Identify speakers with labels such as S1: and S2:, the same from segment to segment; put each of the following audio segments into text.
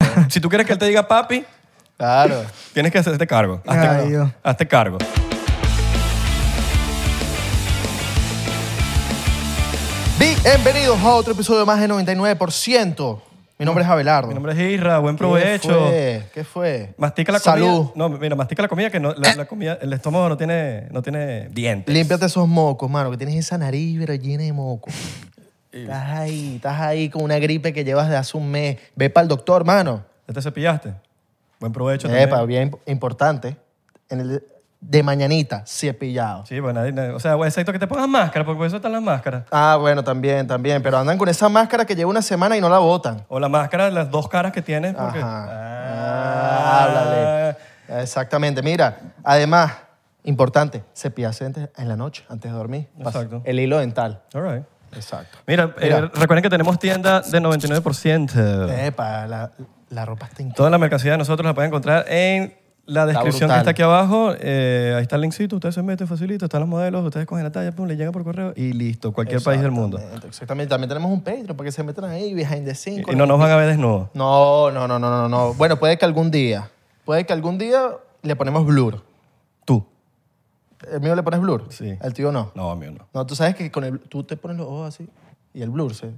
S1: si tú quieres que él te diga papi,
S2: Claro.
S1: tienes que hacerte cargo. Hazte,
S2: Ay,
S1: cargo.
S2: Dios.
S1: Hazte cargo.
S2: Bienvenidos a otro episodio más de 99%. Mi nombre es Abelardo.
S1: Mi nombre es Isra, buen provecho.
S2: ¿Qué fue? ¿Qué fue?
S1: Mastica la
S2: Salud.
S1: comida. No, mira, mastica la comida que no- la, la comida, el estómago no tiene, no tiene dientes.
S2: Límpiate esos mocos, mano, que tienes esa nariz pero llena de mocos. estás ahí, estás ahí con una gripe que llevas de hace un mes. Ve para el doctor, mano.
S1: ¿Ya te cepillaste? Buen provecho
S2: Epa,
S1: también.
S2: bien imp- importante. En el de mañanita, cepillado.
S1: Sí, bueno, ahí- o sea, bueno, excepto que te pongas máscara, porque por eso están las máscaras.
S2: Ah, bueno, también, también. Pero andan con esa máscara que lleva una semana y no la botan.
S1: O la máscara, las dos caras que tienes. Porque...
S2: Ajá.
S1: Ah.
S2: Ah, háblale. Exactamente. Mira, además, importante, cepillarse antes- en la noche, antes de dormir.
S1: Exacto.
S2: El hilo dental.
S1: All right.
S2: Exacto.
S1: Mira, eh,
S2: Mira.
S1: recuerden que tenemos tienda de 99%.
S2: Epa, la, la ropa está increíble.
S1: Toda la mercancía de nosotros la pueden encontrar en la descripción que
S2: brutal.
S1: está aquí abajo. Eh, ahí está el linkcito. Ustedes se meten facilito. Están los modelos. Ustedes cogen la talla, pum, le llegan por correo y listo. Cualquier país del mundo.
S2: Exactamente. También tenemos un Patreon para que se metan ahí, behind the scenes.
S1: Y,
S2: con
S1: y no
S2: la-
S1: nos van a ver desnudos.
S2: No, no, no, no, no, no. Bueno, puede que algún día, puede que algún día le ponemos blur.
S1: Tú.
S2: El mío le pones blur.
S1: Sí.
S2: El tuyo no.
S1: No, mío no.
S2: No, tú sabes que con el, tú te pones los ojos así y el blur se,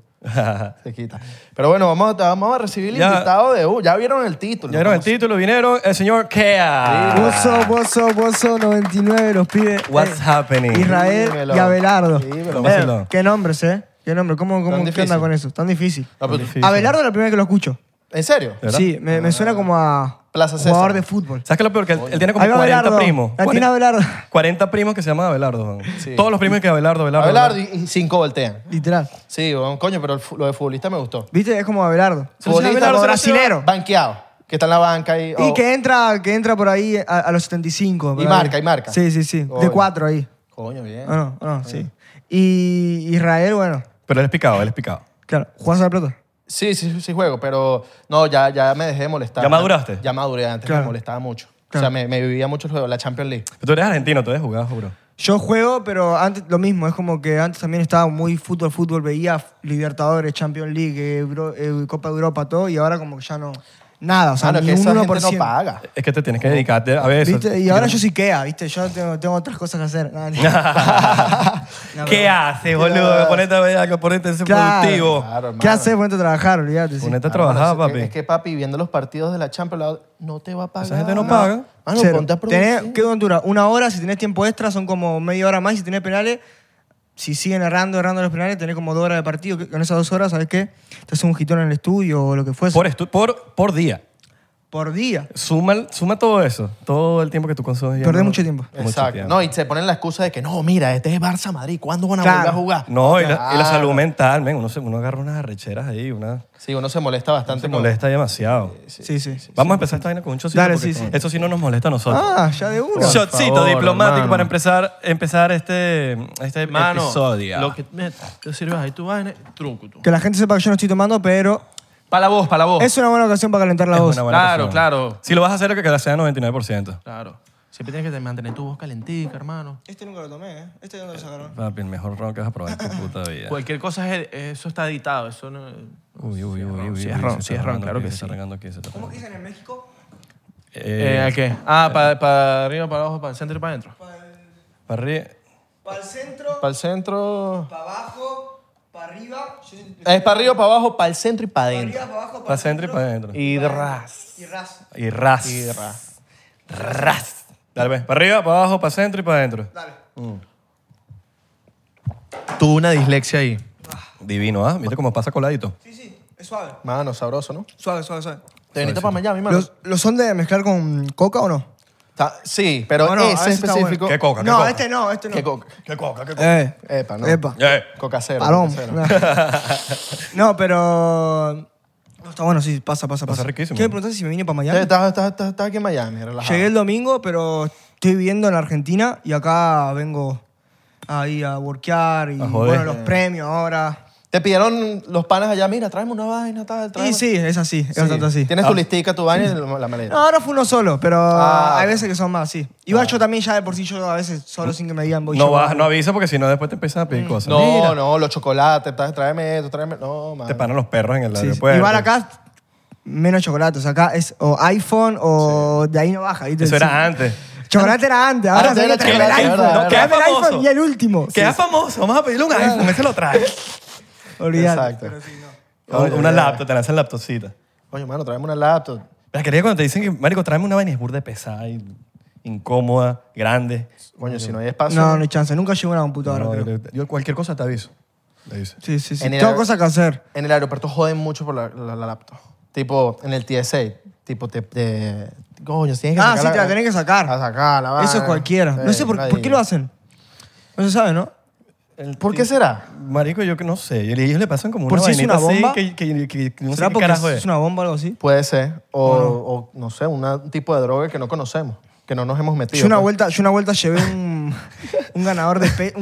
S2: se quita. Pero bueno, vamos a, vamos a recibir el
S1: Ya.
S2: invitado de U. Ya vieron el título.
S1: ya vieron el título. Vinieron el señor Kea.
S3: What's up, what's up, what's up, 99, los pibes.
S1: What's
S3: Eh,
S1: happening?
S3: Israel
S2: Dímelo.
S3: y Abelardo.
S2: Dímelo.
S3: Eh,
S1: Dímelo.
S3: ¿Qué nombres, eh? ¿Qué nombre? ¿Cómo,
S2: Tan
S3: cómo qué
S2: difícil.
S3: onda con eso? Tan difícil.
S2: No, pero tú-
S1: Difícil.
S3: Abelardo es la primera que lo escucho.
S2: ¿En serio?
S1: ¿Verdad?
S3: Sí, me, me suena como a
S2: Ah. Plaza César.
S3: jugador de fútbol.
S1: ¿Sabes qué es lo peor? Que él, él tiene como
S3: Ahí va
S1: 40
S3: Abelardo.
S1: primos.
S3: La tiene
S1: 40
S3: Abelardo.
S1: 40 primos que se llaman Abelardo. man.
S2: Sí.
S1: Todos los primos que Abelardo, Abelardo.
S2: Abelardo y, y cinco voltean.
S3: Literal.
S2: Sí, bueno, coño, pero el fu- lo de futbolista me gustó.
S3: ¿Viste? Es como Abelardo.
S1: Se lo lleva
S2: Futbolista
S1: Abelardo,
S2: como
S1: se lo lleva.
S3: Brasilero.
S2: Banqueado, que está en la banca y...
S3: Y
S2: oh,
S3: que entra, que entra por ahí a, a los 75. por
S2: Y
S3: ahí.
S2: marca, y marca. Eh.
S3: Sí, sí, sí.
S2: Oye.
S3: De cuatro ahí.
S2: Coño, bien.
S3: Ah, no, ah, no, sí. Y Israel, bueno,
S1: Pero él es picado, él es picado.
S3: claro, ¿jugás a la pelota?
S2: Sí, sí, sí juego, pero no, ya, ya me dejé de molestar.
S1: ¿Ya maduraste?
S2: Ya maduré, antes
S3: Claro.
S2: me molestaba mucho.
S3: Claro.
S2: O sea, me, me vivía mucho el juego, la Champions League.
S1: Tú eres argentino, tú eres jugado, juro.
S3: Yo juego, pero antes lo mismo, es como que antes también estaba muy fútbol, fútbol, veía f- Libertadores, Champions League, Euro- eh, Copa de Europa, todo, y ahora como que ya no, nada, o sea,
S2: Claro,
S3: ni
S2: que
S3: un
S2: esa gente
S3: 1%.
S2: Ah, no paga.
S1: Es que te tienes que dedicarte a veces.
S3: ¿Viste? Y ahora yo sí queda, ¿viste? Yo tengo, tengo otras cosas que hacer. Nada, no.
S1: ¿Qué haces, boludo? Ponete a ver algo, ponete a ser
S3: Claro.
S1: productivo.
S2: Claro, hermano.
S3: ¿Qué haces? Ponete a trabajar, olvídate. sí. Ah,
S1: Ponete a
S2: Bueno,
S1: trabajar,
S2: es que-
S1: papi.
S2: Es que papi, viendo los partidos de la Champions, la- no te va a pagar.
S1: Esa gente no paga.
S2: Mano,
S3: Cero.
S2: ponte a
S3: Tenés-
S2: producir.
S3: ¿Qué dura? Una hora, si tenés tiempo extra, son como media hora más, y si tenés penales, si siguen errando, errando los penales, tenés como dos horas de partido, que- con esas dos horas, ¿sabes qué? Te haces un gitón en el estudio o lo que fuese.
S1: Por, estu- por, por día.
S3: por día.
S1: Suma, suma todo eso. Todo el tiempo que tú consumes.
S3: Perdés mucho tiempo.
S2: Exacto. No, y se ponen la excusa de que no, mira, este es Barça Madrid, ¿cuándo van a
S3: Claro.
S2: volver a jugar?
S1: No, y la, y la
S2: Claro.
S1: salud mental, men. Uno, se- uno agarra unas arrecheras ahí, una,
S2: Sí, uno se molesta bastante.
S1: se
S2: con-
S1: molesta demasiado.
S3: Sí, sí.
S1: Vamos a empezar esta vaina con un chocito.
S3: Dale,
S1: porque
S3: sí, sí.
S1: Eso sí no nos molesta a nosotros.
S3: Ah, ya de
S1: Un
S3: uno.
S1: Shotcito
S2: favor,
S1: diplomático
S2: hermano.
S1: para empezar, empezar este, este
S4: Mano,
S1: episodio.
S4: lo que me- te sirves ahí tu vaina, truco tú.
S3: Que la gente sepa que yo no estoy tomando, pero
S4: Para la voz, para la
S2: Oh.
S4: voz.
S3: es una buena ocasión para calentar la
S1: Es
S3: voz.
S1: una buena
S4: Claro,
S1: persona.
S4: claro.
S1: Si lo vas a hacer, que sea 99%.
S4: Claro. Siempre tienes que te- mantener tu voz calentica, hermano.
S3: Este nunca lo tomé, ¿eh? Este nunca lo sacaron.
S1: Papi, el mejor ron que vas a probar en tu puta vida.
S4: Cualquier cosa, es- eso está editado. Eso no...
S1: Uy, uy, uy, uy. uy,
S4: sí
S1: uy,
S4: es
S1: se
S4: ron,
S1: está
S4: sí es ron,
S1: regando
S4: claro
S1: aquí,
S4: que
S1: se está
S4: sí.
S1: regando aquí, se está regando.
S3: dicen en México?
S4: Eh,
S1: Eh,
S4: ¿a ¿Qué? Ah, para pa arriba, para abajo, para el centro y para adentro.
S1: para arriba.
S3: Para el centro,
S2: Para el centro.
S3: para abajo, para arriba.
S2: Es para arriba, para abajo, para el centro y para adentro.
S3: para abajo,
S1: Para centro y para adentro. Y,
S2: Y ras.
S3: ras.
S1: ras.
S2: ras.
S1: Ras. Dale, ve. Para arriba, para abajo, para centro y para adentro.
S3: Dale.
S4: Tuve una dislexia ahí.
S1: Divino, ¿ah? Mira cómo pasa coladito.
S3: Sí, sí, es suave.
S2: Mano, sabroso, ¿no?
S3: Suave, suave, suave.
S2: Te viniste para Miami, mano.
S3: ¿Los, los son de mezclar con coca o no?
S2: Está- sí, pero
S3: No, no,
S2: ese
S3: ese está
S2: específico.
S1: ¿Qué coca?
S3: no,
S1: coca?
S3: este no, este no.
S2: ¿Qué coca?
S1: ¿Qué coca? ¿Qué
S3: Eh.
S2: Epa, no.
S3: Epa.
S1: Eh.
S2: Coca cero.
S3: Parón.
S2: Coca cero. Eh,
S3: No, pero. No, está bueno, sí, pasa, pasa,
S1: Pasa
S3: pasa.
S1: riquísimo.
S3: ¿Qué me preguntaste si me vine para Miami?
S2: Estás estás- estás- estás- estás aquí en Miami, relajado.
S3: Llegué el domingo, pero estoy viviendo en Argentina y acá vengo ahí a workear y
S1: A joder.
S3: bueno, los premios ahora.
S2: Te pidieron los panas allá, mira, tráeme una vaina, tal, tráeme.
S3: Y sí, Ah. es así, es bastante así.
S2: Tienes tu listica, tu vaina y la maleta.
S3: No, ahora fue uno solo, pero
S2: Ah,
S3: hay
S2: ok.
S3: veces que son más, sí. Igual yo también ya de por sí yo a veces solo sin que me digan voy
S1: No
S3: yo.
S1: vas, no avisas porque si no después te empiezan a pedir cosas.
S2: No,
S1: Mira,
S2: no, los chocolates, tra- tráeme esto, tráeme. No, man.
S1: Te paran los perros en el
S3: Sí, sí.
S1: aeropuerto.
S3: Igual acá menos chocolate. O sea, acá es o iPhone o de ahí no baja. ¿viste?
S1: Eso era
S3: Sí.
S1: antes.
S3: Chocolate era antes. Ahora,
S2: Ahora
S3: se
S2: era
S3: que traer el
S2: chocolate,
S3: iPhone.
S2: ¿verdad?
S1: Queda
S3: No, tráeme el
S1: famoso.
S3: iPhone y el último.
S1: Queda
S3: Sí,
S1: famoso, vamos a pedirle un iPhone, ese lo trae.
S3: sí, olvidate.
S2: Exacto.
S3: Pero sí, no.
S1: O una laptop, te lanzan laptopcita.
S2: Coño, mano, tráeme una laptop.
S1: La quería cuando te dicen que, marico, tráeme una vaina y es burda de pesada, y incómoda, grande.
S2: Coño, si no hay espacio.
S3: No, no hay chance. Nunca llegó una computadora,
S1: No,
S3: creo.
S1: yo cualquier cosa te aviso. Te aviso.
S3: Sí, sí, sí.
S2: En el-
S3: Tengo cosas que hacer.
S2: En el aeropuerto joden mucho por la, la- la laptop. Tipo, en el TSA. Tipo, te. te- coño, tienes que
S3: Ah,
S2: sacar
S3: sí, te la tenés que sacar.
S2: A sacar, la eh,
S3: Eso es
S2: vaina.
S3: cualquiera. No
S2: Sí,
S3: sé por,
S2: nadie.
S3: por qué lo hacen. No se sabe, ¿no?
S2: ¿Por qué será?
S1: Marico, yo que no sé. Y ellos le pasan como
S3: ¿Por
S1: una
S3: si es
S1: vainita
S3: una bomba?
S1: así que, que, que- que no sé
S3: ¿Será
S1: qué
S3: porque
S1: carajo
S3: es
S1: es.
S3: una bomba o algo así?
S2: Puede ser. O, o, no sé, una- un tipo de droga que no conocemos, que no nos hemos metido.
S3: Yo una,
S2: pues.
S3: vuelta, yo una vuelta llevé un, un ganador de peso,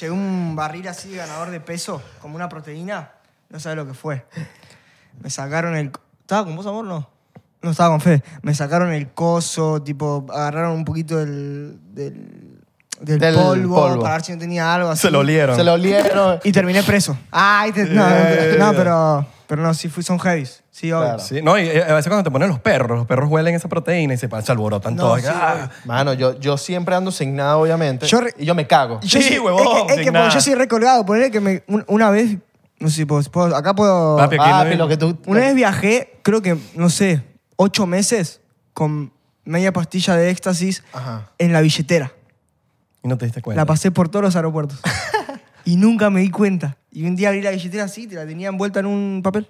S3: llevé un barril así de ganador de peso, como una proteína, no sabes lo que fue. Me sacaron el... ¿Estaba con vos, amor? No. No estaba con Fe. Me sacaron el coso, tipo, agarraron un poquito del, del, del
S2: Del
S3: polvo,
S2: polvo.
S3: para ver si no tenía algo así.
S1: Se lo olieron.
S2: Se lo olieron.
S3: Y terminé preso. Ay, te- no, no, pero, pero no, sí fui, son heavies. Sí, obvio.
S2: Eh. Claro.
S1: Sí, no, y eh, a veces cuando te ponen los perros, los perros huelen esa proteína y se, pa- se alborotan
S3: No,
S1: todos.
S3: sí,
S1: Ah,
S2: Mano, yo, yo siempre ando sin nada, obviamente.
S3: Yo re-
S2: y yo me cago.
S3: Yo
S1: Sí,
S3: soy-
S1: huevón,
S3: Es que, es
S1: sin
S3: que
S1: nada.
S3: yo soy recolgado. Poner que me, un- una vez, no sé si puedo, puedo- acá puedo.
S1: Papi, aquí
S2: Papi,
S1: no hay-
S2: lo que tú.
S3: Una vez viajé, creo que, no sé, ocho meses con media pastilla de éxtasis
S2: Ajá.
S3: en la billetera.
S1: y no te diste cuenta.
S3: La pasé por todos los aeropuertos. y nunca me di cuenta. Y un día abrí la billetera así, te la tenía envuelta en un papel.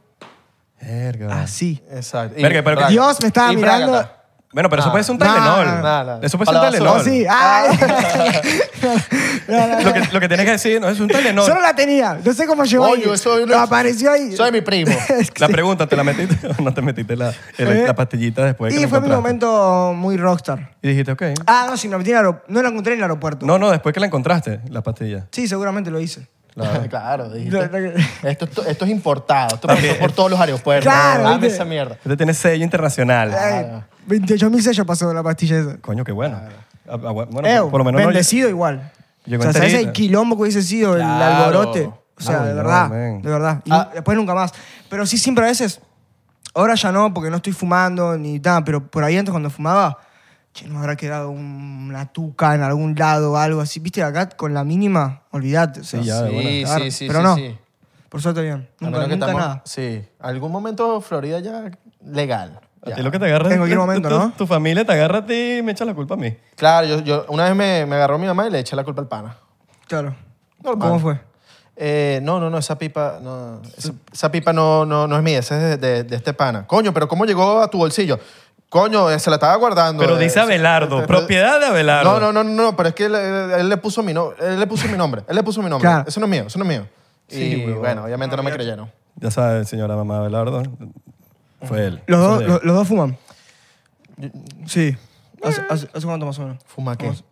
S1: Verga.
S3: Así.
S2: Exacto.
S1: Verga, pero que-
S2: prácata.
S3: Dios, me estaba
S2: Y
S3: mirando.
S2: prácata.
S1: Bueno, pero eso
S2: Ah,
S1: puede ser un
S3: nah,
S1: Telenol.
S2: nah, nah.
S1: Eso puede ser
S2: Para
S1: un
S2: la basura.
S1: Telenol.
S3: Así. Ay.
S2: Ah.
S3: No, no, no.
S1: Lo, que, lo que tienes que decir, no, eso es un Telenol.
S3: Solo la tenía. No sé cómo llegó
S2: Oye,
S3: ahí.
S2: soy-
S3: Pero apareció ahí.
S2: Soy mi primo.
S1: La pregunta, ¿te la metiste o no te metiste la, el-
S3: Eh.
S1: la pastillita después? que
S3: Y
S1: la
S3: fue mi
S1: encontraste?
S3: momento muy rockstar.
S1: Y dijiste, ok.
S3: Ah, no, sí, me la metí en el aero- no la encontré en el aeropuerto.
S1: No, no, después que la encontraste, la pastilla.
S3: Sí, seguramente lo hice.
S2: Claro,
S3: No, no,
S2: dijiste.
S3: que-
S2: Esto, esto, esto es importado. Esto pasó por todos los aeropuertos.
S3: Claro,
S2: Dame
S3: ¿viste?
S2: esa mierda.
S1: Este tiene sello internacional.
S3: Ay, 28 mil sellos pasó la pastilla esa.
S1: Coño, qué bueno. Ah, ah, Bueno,
S3: Eh,
S1: por, por lo menos no-
S3: bendecido igual.
S1: llegó
S3: o sea, ¿sabes
S1: enterita.
S3: el quilombo que hubiese sido? El
S4: Claro.
S3: alborote. O sea,
S1: Ay,
S3: de
S1: Ah, no,
S3: verdad,
S1: man.
S3: de verdad. Y
S2: Ah.
S3: después nunca más. Pero sí, siempre a veces, ahora ya no, porque no estoy fumando ni nada, pero por ahí antes cuando fumaba, che, no me habrá quedado un- una tuca en algún lado o algo así. Viste, acá con la mínima, olvidate. o sea,
S1: Sí, ya, de buena.
S2: Sí,
S3: claro.
S2: sí, sí.
S3: Pero
S2: sí,
S3: no.
S2: sí.
S3: Por suerte bien.
S2: A
S3: Nunca,
S2: menos que
S3: nunca
S2: estamos-
S3: nada.
S2: Sí. Algún momento Florida ya legal.
S1: A
S2: Ya.
S1: ti lo que te agarra es-
S3: En cualquier momento,
S1: tu- tu-
S3: ¿no?
S1: Tu familia te agarra a ti y me echa la culpa a mí.
S2: Claro, yo, yo una vez me, me agarró mi mamá y le eché la culpa al pana.
S3: Claro.
S2: Normal.
S3: ¿Cómo fue?
S2: Eh, no, no, no, esa pipa no, esa, esa pipa no, no, no es mía, esa es de, de- de este pana. Coño, pero ¿cómo llegó a tu bolsillo? Coño, eh, se la estaba guardando.
S1: Pero
S2: eh,
S1: dice
S2: se-
S1: Abelardo,
S2: eh,
S1: propiedad de Abelardo.
S2: No, no, no, no, no, pero es que él, él- él le puso mi no- él le puso mi nombre, él le puso mi nombre.
S3: Claro.
S2: Eso no es mío, eso no es mío.
S1: Sí,
S2: y
S1: huevón.
S2: bueno, obviamente no me creyeron.
S1: Ya sabes, señora mamá Abelardo, fue él.
S3: Los
S1: Eso
S3: dos,
S1: de-
S3: los, los dos fuman. Sí. ¿Hace, hace- hace cuánto más o menos?
S2: ¿Fuma qué?
S3: Vamos.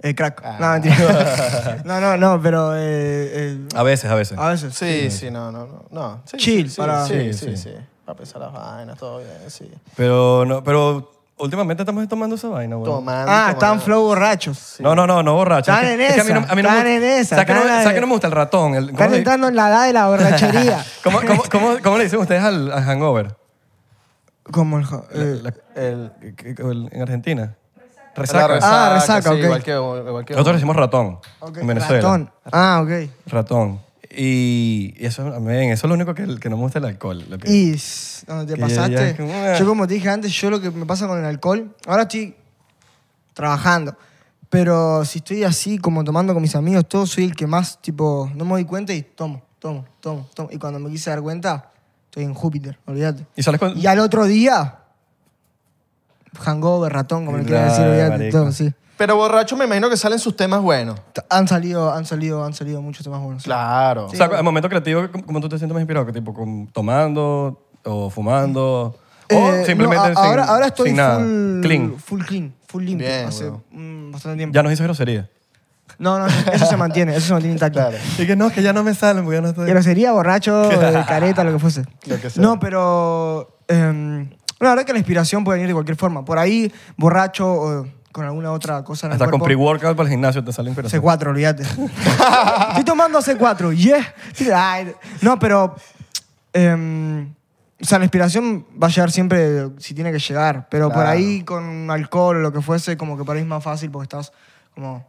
S3: Eh, crack.
S2: Ah.
S3: No, mentira. no, no, no, pero eh, eh,
S1: A veces, a veces.
S3: a veces.
S2: Sí, sí, no, no, no. no. Sí,
S3: Chill,
S2: sí,
S3: para-
S2: Sí, sí,
S1: Sí,
S2: sí.
S1: sí.
S2: Para pensar las vainas, todo bien, sí.
S1: Pero, no, pero últimamente estamos tomando esa vaina, güey.
S2: Tomando.
S3: Ah, están
S2: tomando.
S3: flow borrachos.
S1: No, no, no, no borracho.
S3: Están
S1: Es que-
S3: en
S1: es que a mí no-
S3: esa,
S1: a mí no me
S3: están
S1: gusta-
S3: en esa,
S1: ¿Sabes que no me-
S3: están en la
S1: sabes
S3: de-
S1: que no me gusta el ratón? El- ¿cómo
S3: Están
S1: le-
S3: entrando en la edad de la borrachería.
S1: ¿Cómo, cómo, cómo- cómo le dicen ustedes al, al hangover?
S3: Como el... jo- eh,
S1: La- el- en Argentina.
S2: La
S1: Resaca.
S2: resaca,
S3: Ah, resaca,
S2: sí,
S3: ok.
S2: Igual que, igual que
S1: Nosotros le decimos ratón
S3: ok,
S1: en Venezuela.
S3: ratón. Ah, ok.
S1: Ratón. Y, y eso, amén, eso es lo único que, que no me gusta el alcohol. lo que-
S3: Y s- no, te
S1: Que ya- ya es
S3: pasaste.
S1: como, ah.
S3: Yo como te dije antes, yo lo que me pasa con el alcohol, ahora estoy trabajando, pero si estoy así como tomando con mis amigos, todo soy el que más tipo no me doy cuenta y tomo, tomo, tomo, tomo y cuando me quise dar cuenta, estoy en Júpiter, olvídate.
S1: Y sales con...
S3: Y al otro día hangover, ratón, como le quieras decir,
S1: Ah,
S3: olvídate,
S1: marico.
S3: todo, sí.
S2: Pero borracho me imagino que salen sus temas buenos.
S3: T- Han salido, han salido, han salido muchos temas buenos.
S2: Claro.
S1: O sea, el momento creativo, ¿cómo, cómo tú te sientes más inspirado? ¿Que tipo con- tomando o fumando? o
S3: Eh, no,
S1: simplemente
S3: a-
S1: sin,
S3: ahora, ahora estoy
S1: sin
S3: full,
S1: nada. Clean.
S3: full clean, full limpio,
S2: Bien,
S3: hace
S2: weón.
S3: mm, bastante tiempo.
S1: Ya nos hizo grosería.
S3: No, no, no, eso se mantiene, eso se mantiene intacto.
S2: Claro.
S1: Y que no, que ya no me salen porque ya no estoy...
S3: Grosería, borracho, eh, careta, lo que fuese.
S2: Lo que sea.
S3: no, pero em, la verdad que la inspiración puede venir de cualquier forma. Por ahí, borracho o con alguna otra cosa en el
S1: Hasta con
S3: cuerpo.
S1: pre-workout para el gimnasio te sale inspiración.
S3: C4, olvídate. Estoy tomando C4, yeah. Ay, No, pero em, O sea, la inspiración va a llegar siempre si tiene que llegar, pero por
S2: Claro.
S3: ahí con alcohol o lo que fuese, como que por ahí es más fácil porque estás como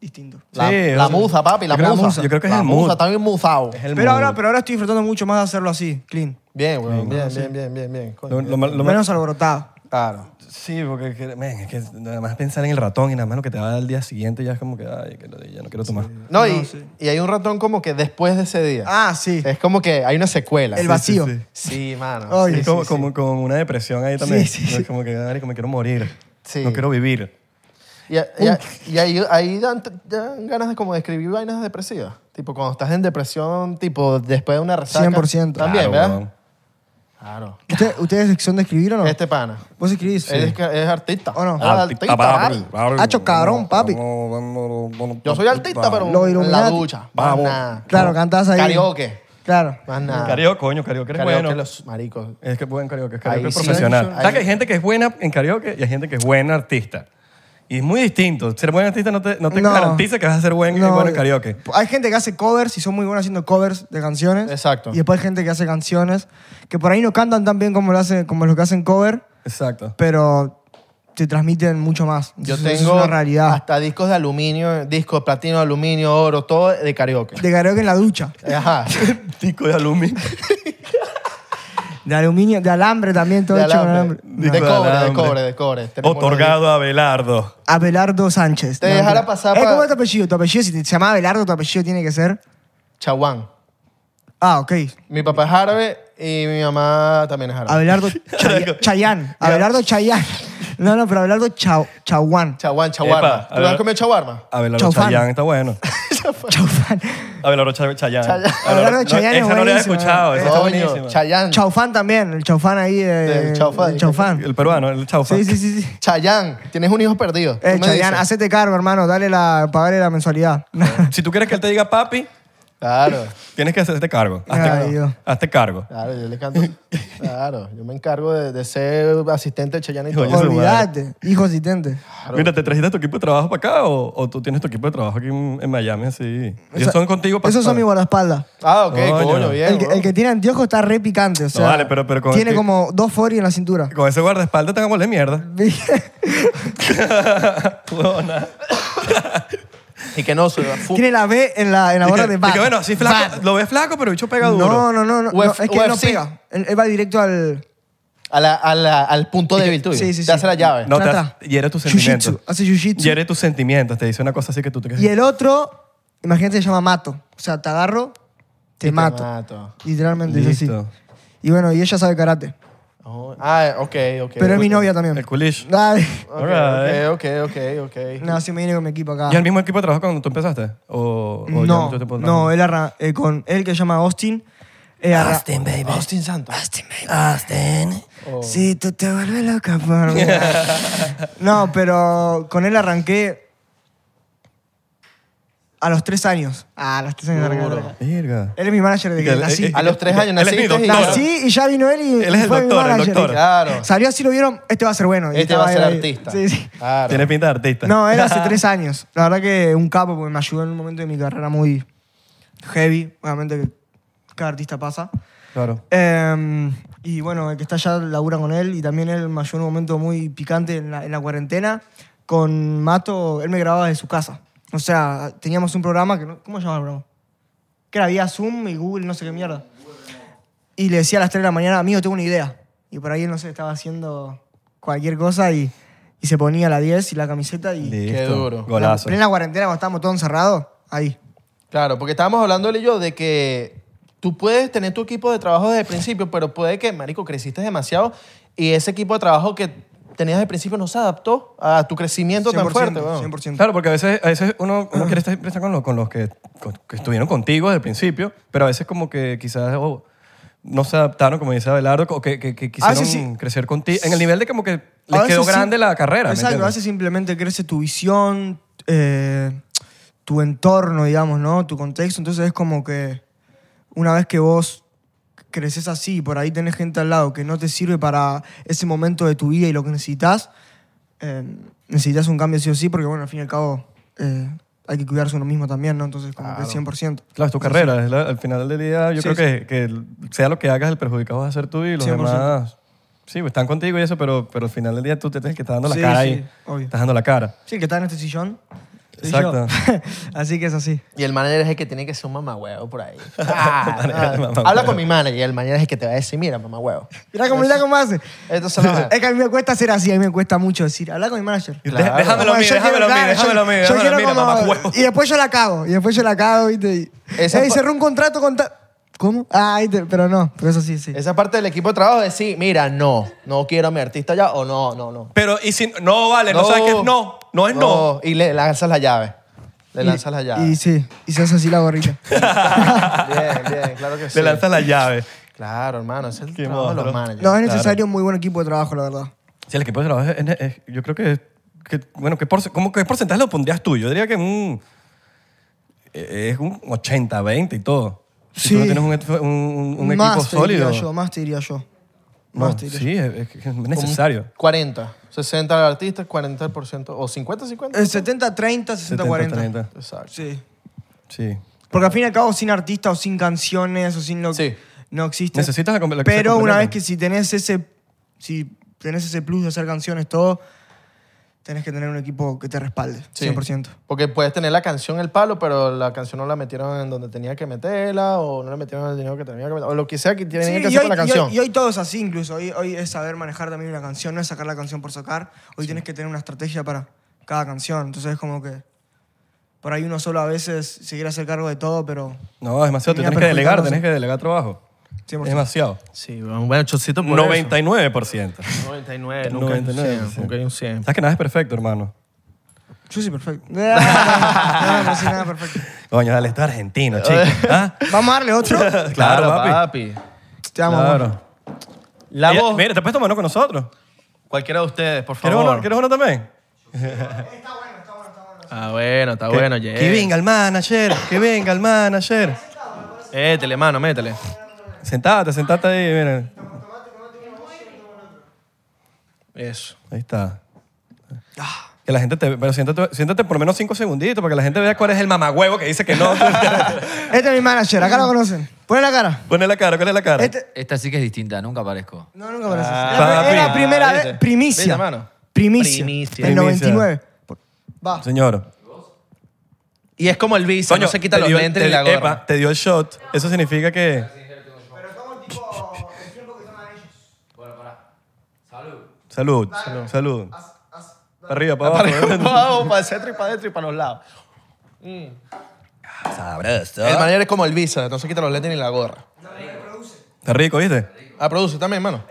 S3: distinto.
S2: La,
S1: Sí,
S2: la
S1: o sea,
S2: musa, papi, la
S1: gran
S2: musa.
S1: musa. Yo creo que es
S2: la
S1: el mood.
S2: musa, está bien musado.
S1: Es el
S3: Pero
S1: mood.
S3: ahora, pero ahora estoy disfrutando mucho más de hacerlo así, clean.
S2: Bien, weón. Bien, bien, bien, bien, bien. coño.
S1: Lo, lo mal- lo mal-
S3: menos alborotado.
S2: Claro.
S1: Sí, porque que- men, es que nada más pensar en el ratón y nada más lo que te va a dar el día siguiente ya es como que, ay, que lo- ya no quiero tomar.
S2: No,
S3: No,
S2: y,
S3: sí.
S2: y hay un ratón como que después de ese día.
S3: Ah, sí.
S1: Este-
S2: Es como que hay una secuela.
S3: El
S2: Sí,
S3: vacío.
S2: sí, Sí, Sí, mano.
S3: Ay,
S2: Sí,
S1: Es como,
S2: sí,
S1: como,
S2: sí.
S1: como una depresión ahí también.
S3: Sí, sí,
S1: No,
S3: sí.
S1: Es como que, marico, me quiero morir.
S2: Sí.
S1: No quiero vivir.
S2: Y, y- y ahí, ahí dan, dan ganas de como de escribir vainas depresivas. Tipo, cuando estás en depresión, tipo, después de una resaca.
S3: 100%.
S2: También,
S1: Claro,
S2: ¿verdad?
S1: weón.
S2: Claro.
S3: ¿Usted- ¿Ustedes son de escribir o no?
S2: Este pana.
S3: ¿Vos escribís?
S2: Él es, es artista.
S3: ¿O no?
S2: Ah, artista, papi.
S3: Hacho cabrón, papi.
S2: Yo soy artista, pero
S3: Lo
S2: en la
S3: Illuminati.
S2: ducha.
S1: Vamos.
S2: Más nada.
S3: Claro, cantás ahí.
S2: Karaoke.
S3: Claro.
S2: Más nada.
S1: Karaoke, coño, karaoke eres
S2: Karaoke
S1: bueno.
S2: los maricos.
S1: Es que buen karaoke, es
S2: Ahí
S1: karaoke
S2: sí.
S1: profesional.
S2: Ahí-
S1: ¿Sabes que hay gente que es buena en karaoke y hay gente que es buena artista? Y es muy distinto. Ser buen artista no te, no te
S3: No.
S1: garantiza que vas a ser buen,
S3: No,
S1: bueno en karaoke.
S3: Hay gente que hace covers y son muy buenos haciendo covers de canciones.
S2: Exacto.
S3: Y después hay gente que hace canciones que por ahí no cantan tan bien como lo, hacen, como los que hacen cover,
S1: Exacto.
S3: pero te transmiten mucho más.
S2: Yo
S3: Entonces,
S2: tengo
S3: Es una realidad.
S2: hasta discos de aluminio, discos de platino, aluminio, oro, todo de karaoke.
S3: De karaoke en la ducha.
S2: Ajá.
S1: Disco de aluminio.
S3: De aluminio, de alambre también, todo
S2: de,
S3: hecho con
S2: alambre.
S3: alambre.
S1: alambre.
S2: de
S1: Disco de
S2: cobre, de
S1: alambre.
S2: cobre, de cobre. Tenemos
S1: Otorgado a Belardo.
S3: Abelardo Sánchez.
S2: Te
S3: No,
S2: dejara
S3: mentira.
S2: pasar
S3: Eh,
S2: pa-
S3: ¿Cómo es tu apellido? Tu apellido, si te- se llama Abelardo, tu apellido tiene que ser.
S2: los Chaguán.
S3: Ah, ok.
S2: Mi papá es árabe y mi mamá también es árabe.
S3: Abelardo Chay- Chayán. Abelardo Chayán. No, no, pero Abelardo Chau- Chauán.
S2: Chaguán, chaguarma.
S1: Epa,
S2: ¿Tú has
S1: Abelardo-
S2: comido chaguarma?
S1: Abelardo
S3: Chaufán.
S1: Chayán está bueno.
S3: Chaufán.
S1: Abelardo Chay- Chayán.
S2: Chayán.
S1: Abelardo
S3: Abelardo Chayán es
S1: Esa no la he
S3: buenísima.
S1: escuchado. Esa está
S2: Coño,
S1: buenísima.
S2: Chayán.
S3: Chaufán también, el Chaufán ahí. De,
S2: Del Chaufán.
S3: del Chaufán.
S1: El peruano, el Chaufán.
S3: Sí, sí, sí. sí.
S2: Chayán. Tienes un hijo perdido. Tú
S3: Eh,
S2: me
S3: Chayán,
S2: dices.
S3: hacete cargo, hermano. Dale la, pagale la mensualidad.
S1: Si tú quieres que él te diga papi,
S2: Claro,
S1: tienes que hacerte cargo. Hazte,
S3: Ay, Dios.
S1: hazte cargo.
S2: claro, yo le canto. Claro, yo me encargo de, de ser asistente de Chayán y
S1: Hijo,
S2: todo.
S1: yo- su madre.
S3: Olvídate, hijo asistente.
S1: Mira, ¿te trajiste tu equipo de trabajo para acá o, o tú tienes tu equipo de trabajo aquí en, en Miami así? Ellos
S3: Esa-
S1: son contigo para...
S3: Esos son mis guardaespaldas.
S2: Ah, ok,
S1: Coño.
S2: coño, bien.
S3: El que,
S2: bro.
S3: el que tiene anteojos está re picante, o sea.
S1: vale, pero- pero con-
S3: tiene
S1: que-
S3: como dos foris en la cintura.
S1: Con ese guardaespaldas te van a moler mierda. Huevona.
S2: Y que no se va fu-
S3: tiene la B en la, en la
S1: Y
S3: hora
S1: que-
S3: de
S1: y
S3: bat.
S1: que bueno, así flaco, lo ves flaco, pero el bicho pega duro.
S3: No, no, no, no,
S2: Uf-
S3: no, Es que él no
S2: UFC.
S3: pega. Él, él va directo al.
S2: a la- a la- al punto débil tuyo.
S3: sí, sí,
S2: Te
S3: sí.
S2: hace la llave.
S1: No,
S3: Tra,
S1: te
S3: tra.
S1: hace- hiere tus
S3: Jiu-jitsu,
S1: sentimientos.
S3: hace jiu-jitsu.
S1: Hiere tus sentimientos, te dice una cosa así que tú te quedas...
S3: Y el otro, imagínate, se llama mato. O sea, te agarro, te, mato.
S2: mato.
S3: Literalmente es así.
S1: Listo.
S3: Y bueno, y ella sabe karate.
S2: Oh, ah, ok, ok.
S3: pero es mi
S2: ok.
S3: novia también.
S1: El culish.
S3: Ay,
S2: Ok,
S1: Alright.
S2: ok, ok, ok.
S3: no, sí me vine con mi equipo acá.
S1: ¿Y el mismo equipo de trabajo cuando tú empezaste? ¿O, o ya
S3: Ah. No,
S1: mucho tiempo
S3: no, él arra- eh, con él que se llama Austin. eh, arra-
S1: baby.
S2: Austin Santos.
S3: Austin, baby.
S1: Oh.
S3: Sí, tú te vuelves loca por mí. no, pero con él arranqué a los tres años. Ah, a los tres años arranqué.
S2: Duro.
S1: Verga.
S3: él es mi manager de
S1: Y que-
S3: que nací.
S1: y que-
S2: A los tres años
S1: él es mi
S2: naciste y-
S1: doctor.
S3: Nací y ya vino él y
S1: eh, Él es el
S3: fue mi
S1: doctor, el
S3: manager.
S1: doctor.
S2: Claro.
S3: Salió así, lo vieron, este va a ser bueno. Y
S2: Este va a ser
S3: estaba ahí.
S2: artista.
S3: Sí, sí.
S2: Claro.
S1: Tiene pinta de artista.
S3: No, era hace tres años. La verdad que un capo, porque me ayudó en un momento de mi carrera muy heavy. Obviamente que cada artista pasa.
S1: Claro.
S3: Eh, y bueno, el que está allá labura con él y también él me ayudó en un momento muy picante en la, en la cuarentena. Con Mato, él me grababa desde su casa. O sea, teníamos un programa que... no- ¿Cómo se llamaba el programa? Que era vía Zoom y Google, no sé qué mierda. Y le decía a las 3 de la mañana, amigo, tengo una idea. Y por ahí él, no sé, estaba haciendo cualquier cosa y, y se ponía la 10 y la camiseta y...
S1: Listo.
S2: Qué duro.
S1: Golazo.
S3: En plena cuarentena, cuando estábamos todos encerrados, ahí.
S2: Claro, porque estábamos hablando él y yo de que tú puedes tener tu equipo de trabajo desde el principio, pero puede que, marico, creciste demasiado y ese equipo de trabajo que tenías desde el principio no se adaptó a tu crecimiento tan fuerte. weón.
S3: 100%.
S1: Claro, porque a veces, a veces uno, uno quiere estar estar con los, con los que, con- que estuvieron contigo desde el principio, pero a veces como que quizás oh, no se adaptaron, como dice Abelardo, o que, que, que
S3: A
S1: quisieron
S3: veces Ah, sí.
S1: crecer contigo. En el nivel de como que les
S3: A
S1: quedó
S3: veces
S1: grande
S3: sí-
S1: la carrera. ¿me
S3: Exacto, a
S1: entiendes?
S3: veces simplemente crece tu visión, eh, tu entorno, digamos, ¿no? Tu contexto. Entonces es como que una vez que vos creces así, por ahí tenés gente al lado que no te sirve para ese momento de tu vida y lo que necesitas, eh, necesitas un cambio sí o sí, porque bueno, al fin y al cabo eh, hay que cuidarse uno mismo también, ¿no? Entonces, como que 100%.
S1: Claro, es tu carrera. es la- al final del día, yo
S3: Sí,
S1: creo que, que sea lo que hagas, el perjudicado vas a ser tú y los
S3: 100%.
S1: demás. Sí, pues, están contigo y eso, pero, pero al final del día tú te tienes que estar dando la
S3: Sí,
S1: cara
S3: sí,
S1: ahí.
S3: obvio.
S1: Estás dando la cara.
S3: Sí, el que está en este sillón. soy
S1: Exacto.
S3: yo. así que es así.
S2: Y el manager es el que tiene que ser un mamahuevo por ahí.
S1: manager,
S2: Ah,
S1: mamahuevo.
S2: Habla con mi manager y el manager es el que te va a decir, mira, mamahuevo.
S3: Mira cómo, mira cómo hace.
S2: Entonces, no,
S3: Es que a mí me cuesta ser así, a mí me cuesta mucho decir, habla con mi manager.
S1: Y de-
S2: Claro.
S1: Déjamelo a
S3: Como
S1: mí,
S3: yo quiero-
S1: déjamelo a mí,
S3: claro,
S1: déjamelo a mí,
S3: yo- yo
S1: déjamelo a
S3: quiero
S1: mí,
S3: como-
S1: mamahuevo.
S3: Y después yo la cago, y después yo la cago, ¿viste? Y,
S2: Esa
S3: Ey,
S2: pa-
S3: cerré un contrato con ta- ¿Cómo? Ah, ¿viste? pero no, pero eso sí, sí.
S2: esa parte del equipo de trabajo es decir, mira, no, no quiero a mi artista ya o no, no, no.
S1: Pero, y si. No, vale, no, sabes que es no. No es no.
S2: Y le lanzas la llave. Le
S3: Y-
S2: lanzas la llave.
S3: Y sí, y se hace así la gorrita.
S2: Bien, bien, claro que sí.
S1: Le lanzas la llave.
S2: Claro, hermano, ese es el
S1: Qué
S2: trabajo de los
S1: monstruo.
S2: managers.
S3: No, es necesario un muy buen equipo de trabajo, la verdad.
S1: Sí, el equipo de trabajo es, es- es- yo creo que, que- bueno, ¿qué, porce- cómo- qué porcentaje lo pondrías tú? Yo diría que un, eh, es un 80, 20 y todo. Si tú no
S3: Sí.
S1: tienes un, et- un- un- un
S3: más
S1: equipo
S3: te diría
S1: sólido.
S3: yo, más te diría yo.
S1: no,
S3: Más te diría
S1: sí, es, es que es necesario.
S2: 40, 60 al artista, 40% o 50, 50.
S3: yo. Eh, 70, 30, 60,
S1: 70,
S3: 40.
S1: 30.
S2: Exacto.
S3: Sí.
S1: Sí.
S3: Porque al fin y al cabo, sin artista o sin canciones o sin lo
S2: Sí.
S3: no existe.
S1: Necesitas la com- la que se
S3: Pero una
S1: complementan.
S3: vez que si tenés ese si tenés ese plus de hacer canciones, todo, tenés que tener un equipo que te respalde,
S2: Sí.
S3: 100%.
S2: Porque puedes tener la canción el palo, pero la canción no la metieron en donde tenía que meterla, o no le metieron el dinero que tenía que meter, o lo que sea que tenía
S3: Sí,
S2: que
S3: y,
S2: hacer con
S3: hoy,
S2: la
S3: y hoy-
S2: canción.
S3: y hoy todo es así incluso. Hoy, hoy es saber manejar también una canción, no es sacar la canción por sacar. Hoy tienes que tener una estrategia para cada canción. Entonces es como que por ahí uno solo a veces se quiere hacer cargo de todo, pero
S1: No, es demasiado. Tú
S3: Termina
S1: tienes que delegar,
S3: perjudicándose.
S1: tienes que delegar trabajo.
S3: 100%.
S1: Es demasiado.
S4: Sí, un buen chocito por
S1: 99%.
S4: eso. 99, nunca hay un
S1: 99,
S4: 100,
S1: sí.
S4: nunca hay un 100.
S1: Sabes que nada es perfecto, hermano.
S3: yo soy perfecto. no, no soy nada perfecto.
S1: Coño, dale, esto es argentino, chico. ¿Ah?
S3: Vamos a darle otro. Te
S1: Claro, papi.
S4: papi.
S3: amo. amor.
S1: Claro.
S4: La
S1: Mira,
S4: voz,
S1: Mira, te puedes tomar uno con nosotros.
S4: cualquiera de ustedes, por
S1: ¿Quieres
S4: favor.
S1: uno, ¿Quieres uno también?
S4: Ah, bueno, está bueno,
S1: que,
S4: yeah.
S1: que venga el manager, que venga el manager.
S4: Métele, mano, métele.
S1: Sentate, sentate ahí, mira.
S4: Eso.
S1: Ahí está. Que la gente te... Pero siéntate, siéntate por lo menos cinco segunditos para que la gente vea cuál es el mamagüevo que dice que no.
S3: Este es mi manager, acá lo conocen. Pon la cara.
S1: Ponle la cara, ponle la cara.
S3: Este-
S5: Esta sí que es distinta, nunca aparezco.
S3: No, nunca conoces.
S1: papi.
S3: era la primera
S4: ¿Viste?
S3: vez. Primicia.
S4: ¿Viste, mano?
S3: Primicia.
S4: Primicia.
S3: El
S1: Primicia.
S3: 99. Por- Va.
S1: Señor.
S4: Y es como el bici,
S1: Coño,
S4: no se quita
S1: te
S4: los
S1: dio-
S4: lentes
S1: te-
S4: ni la gorra.
S1: epa, te dio el shot. Eso significa que... Salud, salud, salud. Para arriba, para
S4: Para
S1: abajo.
S4: abajo, para el centro y para adentro y para los lados.
S1: Sabroso.
S2: El manager es como el Visa, no se quita los lentes ni la gorra.
S1: Está rico, ¿viste?
S2: Ah, produce también, mano.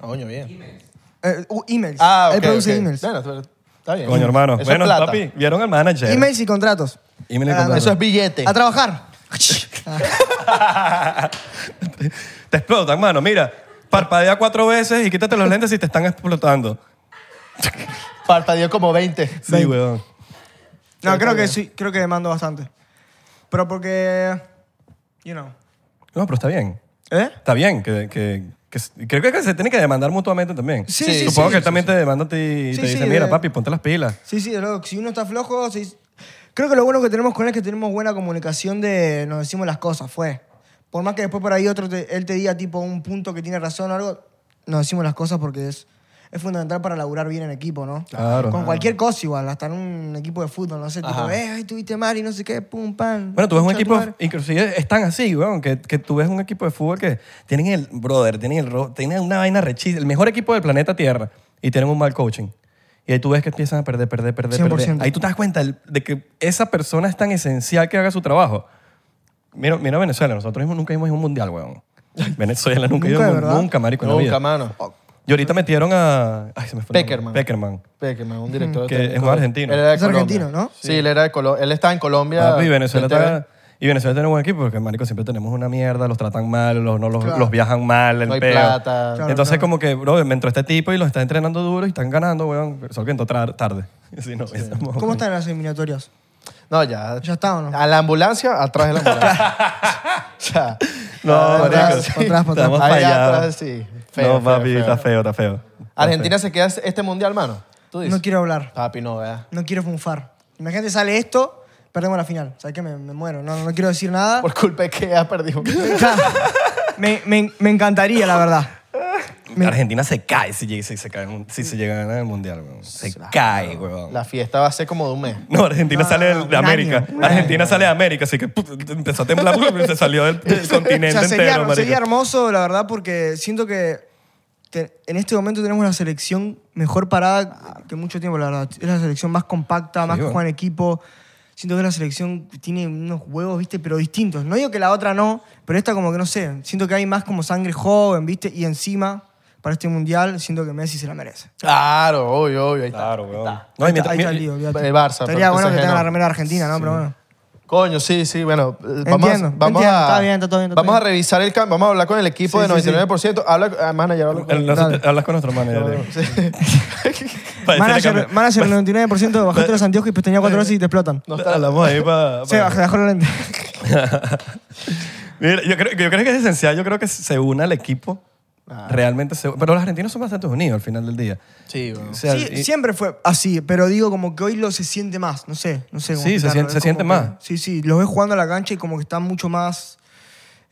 S2: Ah, Coño, bien.
S3: Eh, uh, emails.
S2: Ah, ok.
S3: Él produce
S2: ok.
S3: emails.
S2: Bueno, pero está bien.
S1: Coño, hermano.
S2: Eso es
S1: bueno,
S2: plata.
S1: papi, vieron al manager.
S3: Emails y contratos.
S1: Email y
S3: Ah,
S1: contrato.
S2: Eso es billete.
S3: A trabajar.
S1: Te explotan, mano. Mira, parpadea cuatro veces y quítate los lentes si te están explotando.
S2: Parpadeó como 20.
S1: Sí, weón.
S3: No, creo que sí, creo que demando bastante. Pero porque. You know.
S1: No, pero está bien.
S3: ¿Eh?
S1: Está bien. Que, que, que s- creo que se tiene que demandar mutuamente también.
S3: Sí,
S2: Sí,
S3: sí,
S1: Supongo
S3: sí.
S1: que él también te demanda a ti y
S3: Sí,
S1: te
S3: sí,
S1: dice, mira,
S3: de-
S1: papi, ponte las pilas.
S3: Sí, sí, de luego, si uno está flojo, si- creo que lo bueno que tenemos con él es que tenemos buena comunicación de nos decimos las cosas, fue. Por más que después por ahí otro te- él te diga tipo un punto que tiene razón o algo, nos decimos las cosas porque es, es fundamental para laburar bien en equipo, ¿no?
S1: Claro.
S3: Con cualquier cosa igual, hasta en un equipo de fútbol, no sé, tipo, eh, hoy tuviste mal y no sé qué, pum, pam.
S1: Bueno, tú ves un
S3: concha de tu
S1: equipo,
S3: madre.
S1: inclusive están así, weón, que, que tú ves un equipo de fútbol que tienen el brother, tienen, el, ro- tienen una vaina rechísima, el mejor equipo del planeta Tierra, y tienen un mal coaching. Y ahí tú ves que empiezan a perder, perder, perder,
S3: 100%.
S1: perder. Ahí tú te das cuenta el- de que esa persona es tan esencial que haga su trabajo. Mira, mira Venezuela, nosotros mismos nunca hemos ido a un mundial, weón. Venezuela nunca, ha ido a
S3: Nunca,
S1: un mundial,
S3: ¿verdad?
S1: nunca, marico, en la vida. Oh,
S2: Nunca, mano.
S1: Y ahorita metieron a... Ay, se me fue el nombre.
S2: Peckerman.
S1: Peckerman.
S2: Pequeman, un director.
S1: mm, Que
S2: técnico.
S1: es un argentino.
S2: Él era de
S3: Es
S2: Colombia.
S3: argentino, ¿no?
S2: Sí, él era de Colombia. Él estaba en Colombia.
S1: Papi, Venezuela
S2: Él estaba-
S1: está- Y Venezuela tiene un buen equipo porque, marico, siempre tenemos una mierda, los tratan mal, los, no, los,
S3: Claro.
S1: los viajan mal, el
S2: No hay
S1: peo.
S2: plata.
S3: Claro,
S1: Entonces,
S3: claro.
S1: como que, bro, me entró este tipo y los está entrenando duro y están ganando, weón. pero Solo que entró tra- tarde. Si no, hubiésemos-
S3: ¿Cómo están las eliminatorias?
S2: No, ya.
S3: ¿Ya está o no?
S2: A la ambulancia, atrás de la ambulancia. o sea,
S1: No,
S2: Ah,
S1: marico.
S3: atrás, para atrás, para atrás.
S1: Estamos
S2: Ahí
S1: fallados.
S2: atrás, sí. Feo,
S1: no,
S2: feo,
S1: papi,
S2: feo.
S1: está feo, está feo.
S2: Argentina se queda este mundial, mano. Tú dices.
S3: No quiero hablar,
S2: Papi, no, vea.
S3: no quiero funfar. Imagínate sale esto Perdemos la final. ¿Sabes qué? Me, me muero. No, no quiero decir nada.
S2: Por culpa de que has perdido.
S3: Claro. me, me- me encantaría, la verdad.
S1: Argentina se cae si, llega- si se, cae en un- si se llega a ganar el mundial, weón. Se cae, weón.
S2: La fiesta va a ser como de un mes.
S1: No, Argentina
S3: No,
S1: sale
S3: no,
S1: de,
S3: un año,
S1: América.
S3: un año.
S1: Argentina sale de América, así que puf, empezó a temblar y se salió del, del
S3: O
S1: continente
S3: sea, sería,
S1: entero, marica.
S3: sería hermoso, la verdad, porque siento que te- en este momento tenemos la selección mejor parada que mucho tiempo, la verdad. Es la selección más compacta, más que
S1: bueno.
S3: juega en equipo. Siento que la selección tiene unos huevos, ¿viste? Pero distintos. No digo que la otra no, pero esta como que no sé. Siento que hay más como sangre joven, ¿viste? Y encima, para este mundial, siento que Messi se la merece.
S2: Claro, obvio, obvio. Ahí está.
S1: Claro, weón. No,
S3: Ahí
S1: y
S3: está-
S1: mientras-
S3: ahí está el
S1: mi-
S3: lío, olvídate.
S2: el Barça, pero
S3: Estaría bueno que
S2: PSG
S3: tenga
S2: no.
S3: la remera argentina, ¿no? Pero bueno.
S2: Coño, sí, sí, bueno. eh, Vamos,
S3: Entiendo,
S2: a, vamos
S3: entiendo,
S2: a-
S3: está bien, está todo bien, está
S2: vamos
S3: bien.
S2: a revisar el cambio, vamos a hablar con el equipo
S3: Sí,
S2: de
S3: sí, sí.
S2: 99%. Habla, ah, manager, habla con-
S1: el- nosotros- hablas con nuestro manager. eh. Para decirle
S3: Manager,
S1: que-
S3: manager 99%, bajaste los anteojos y pestañeaba cuatro horas y te explotan.
S1: No está- Hablamos ahí para...
S3: Se bajó, bajó los lentes.
S1: Mira, yo creo, yo creo que es esencial, yo creo que se une al equipo.
S3: Ah.
S1: Realmente se Pero los argentinos son bastante unidos al final del día.
S2: Sí, bueno.
S1: O sea,
S3: Sí,
S1: y-
S3: siempre fue así, pero digo como que hoy lo se siente más, no sé, no sé. cómo
S1: Sí, se
S3: explicarlo,
S1: siente-
S3: es
S1: se
S3: como
S1: siente
S3: que-
S1: más.
S3: Sí, sí, los ves jugando a la cancha y como que están mucho más,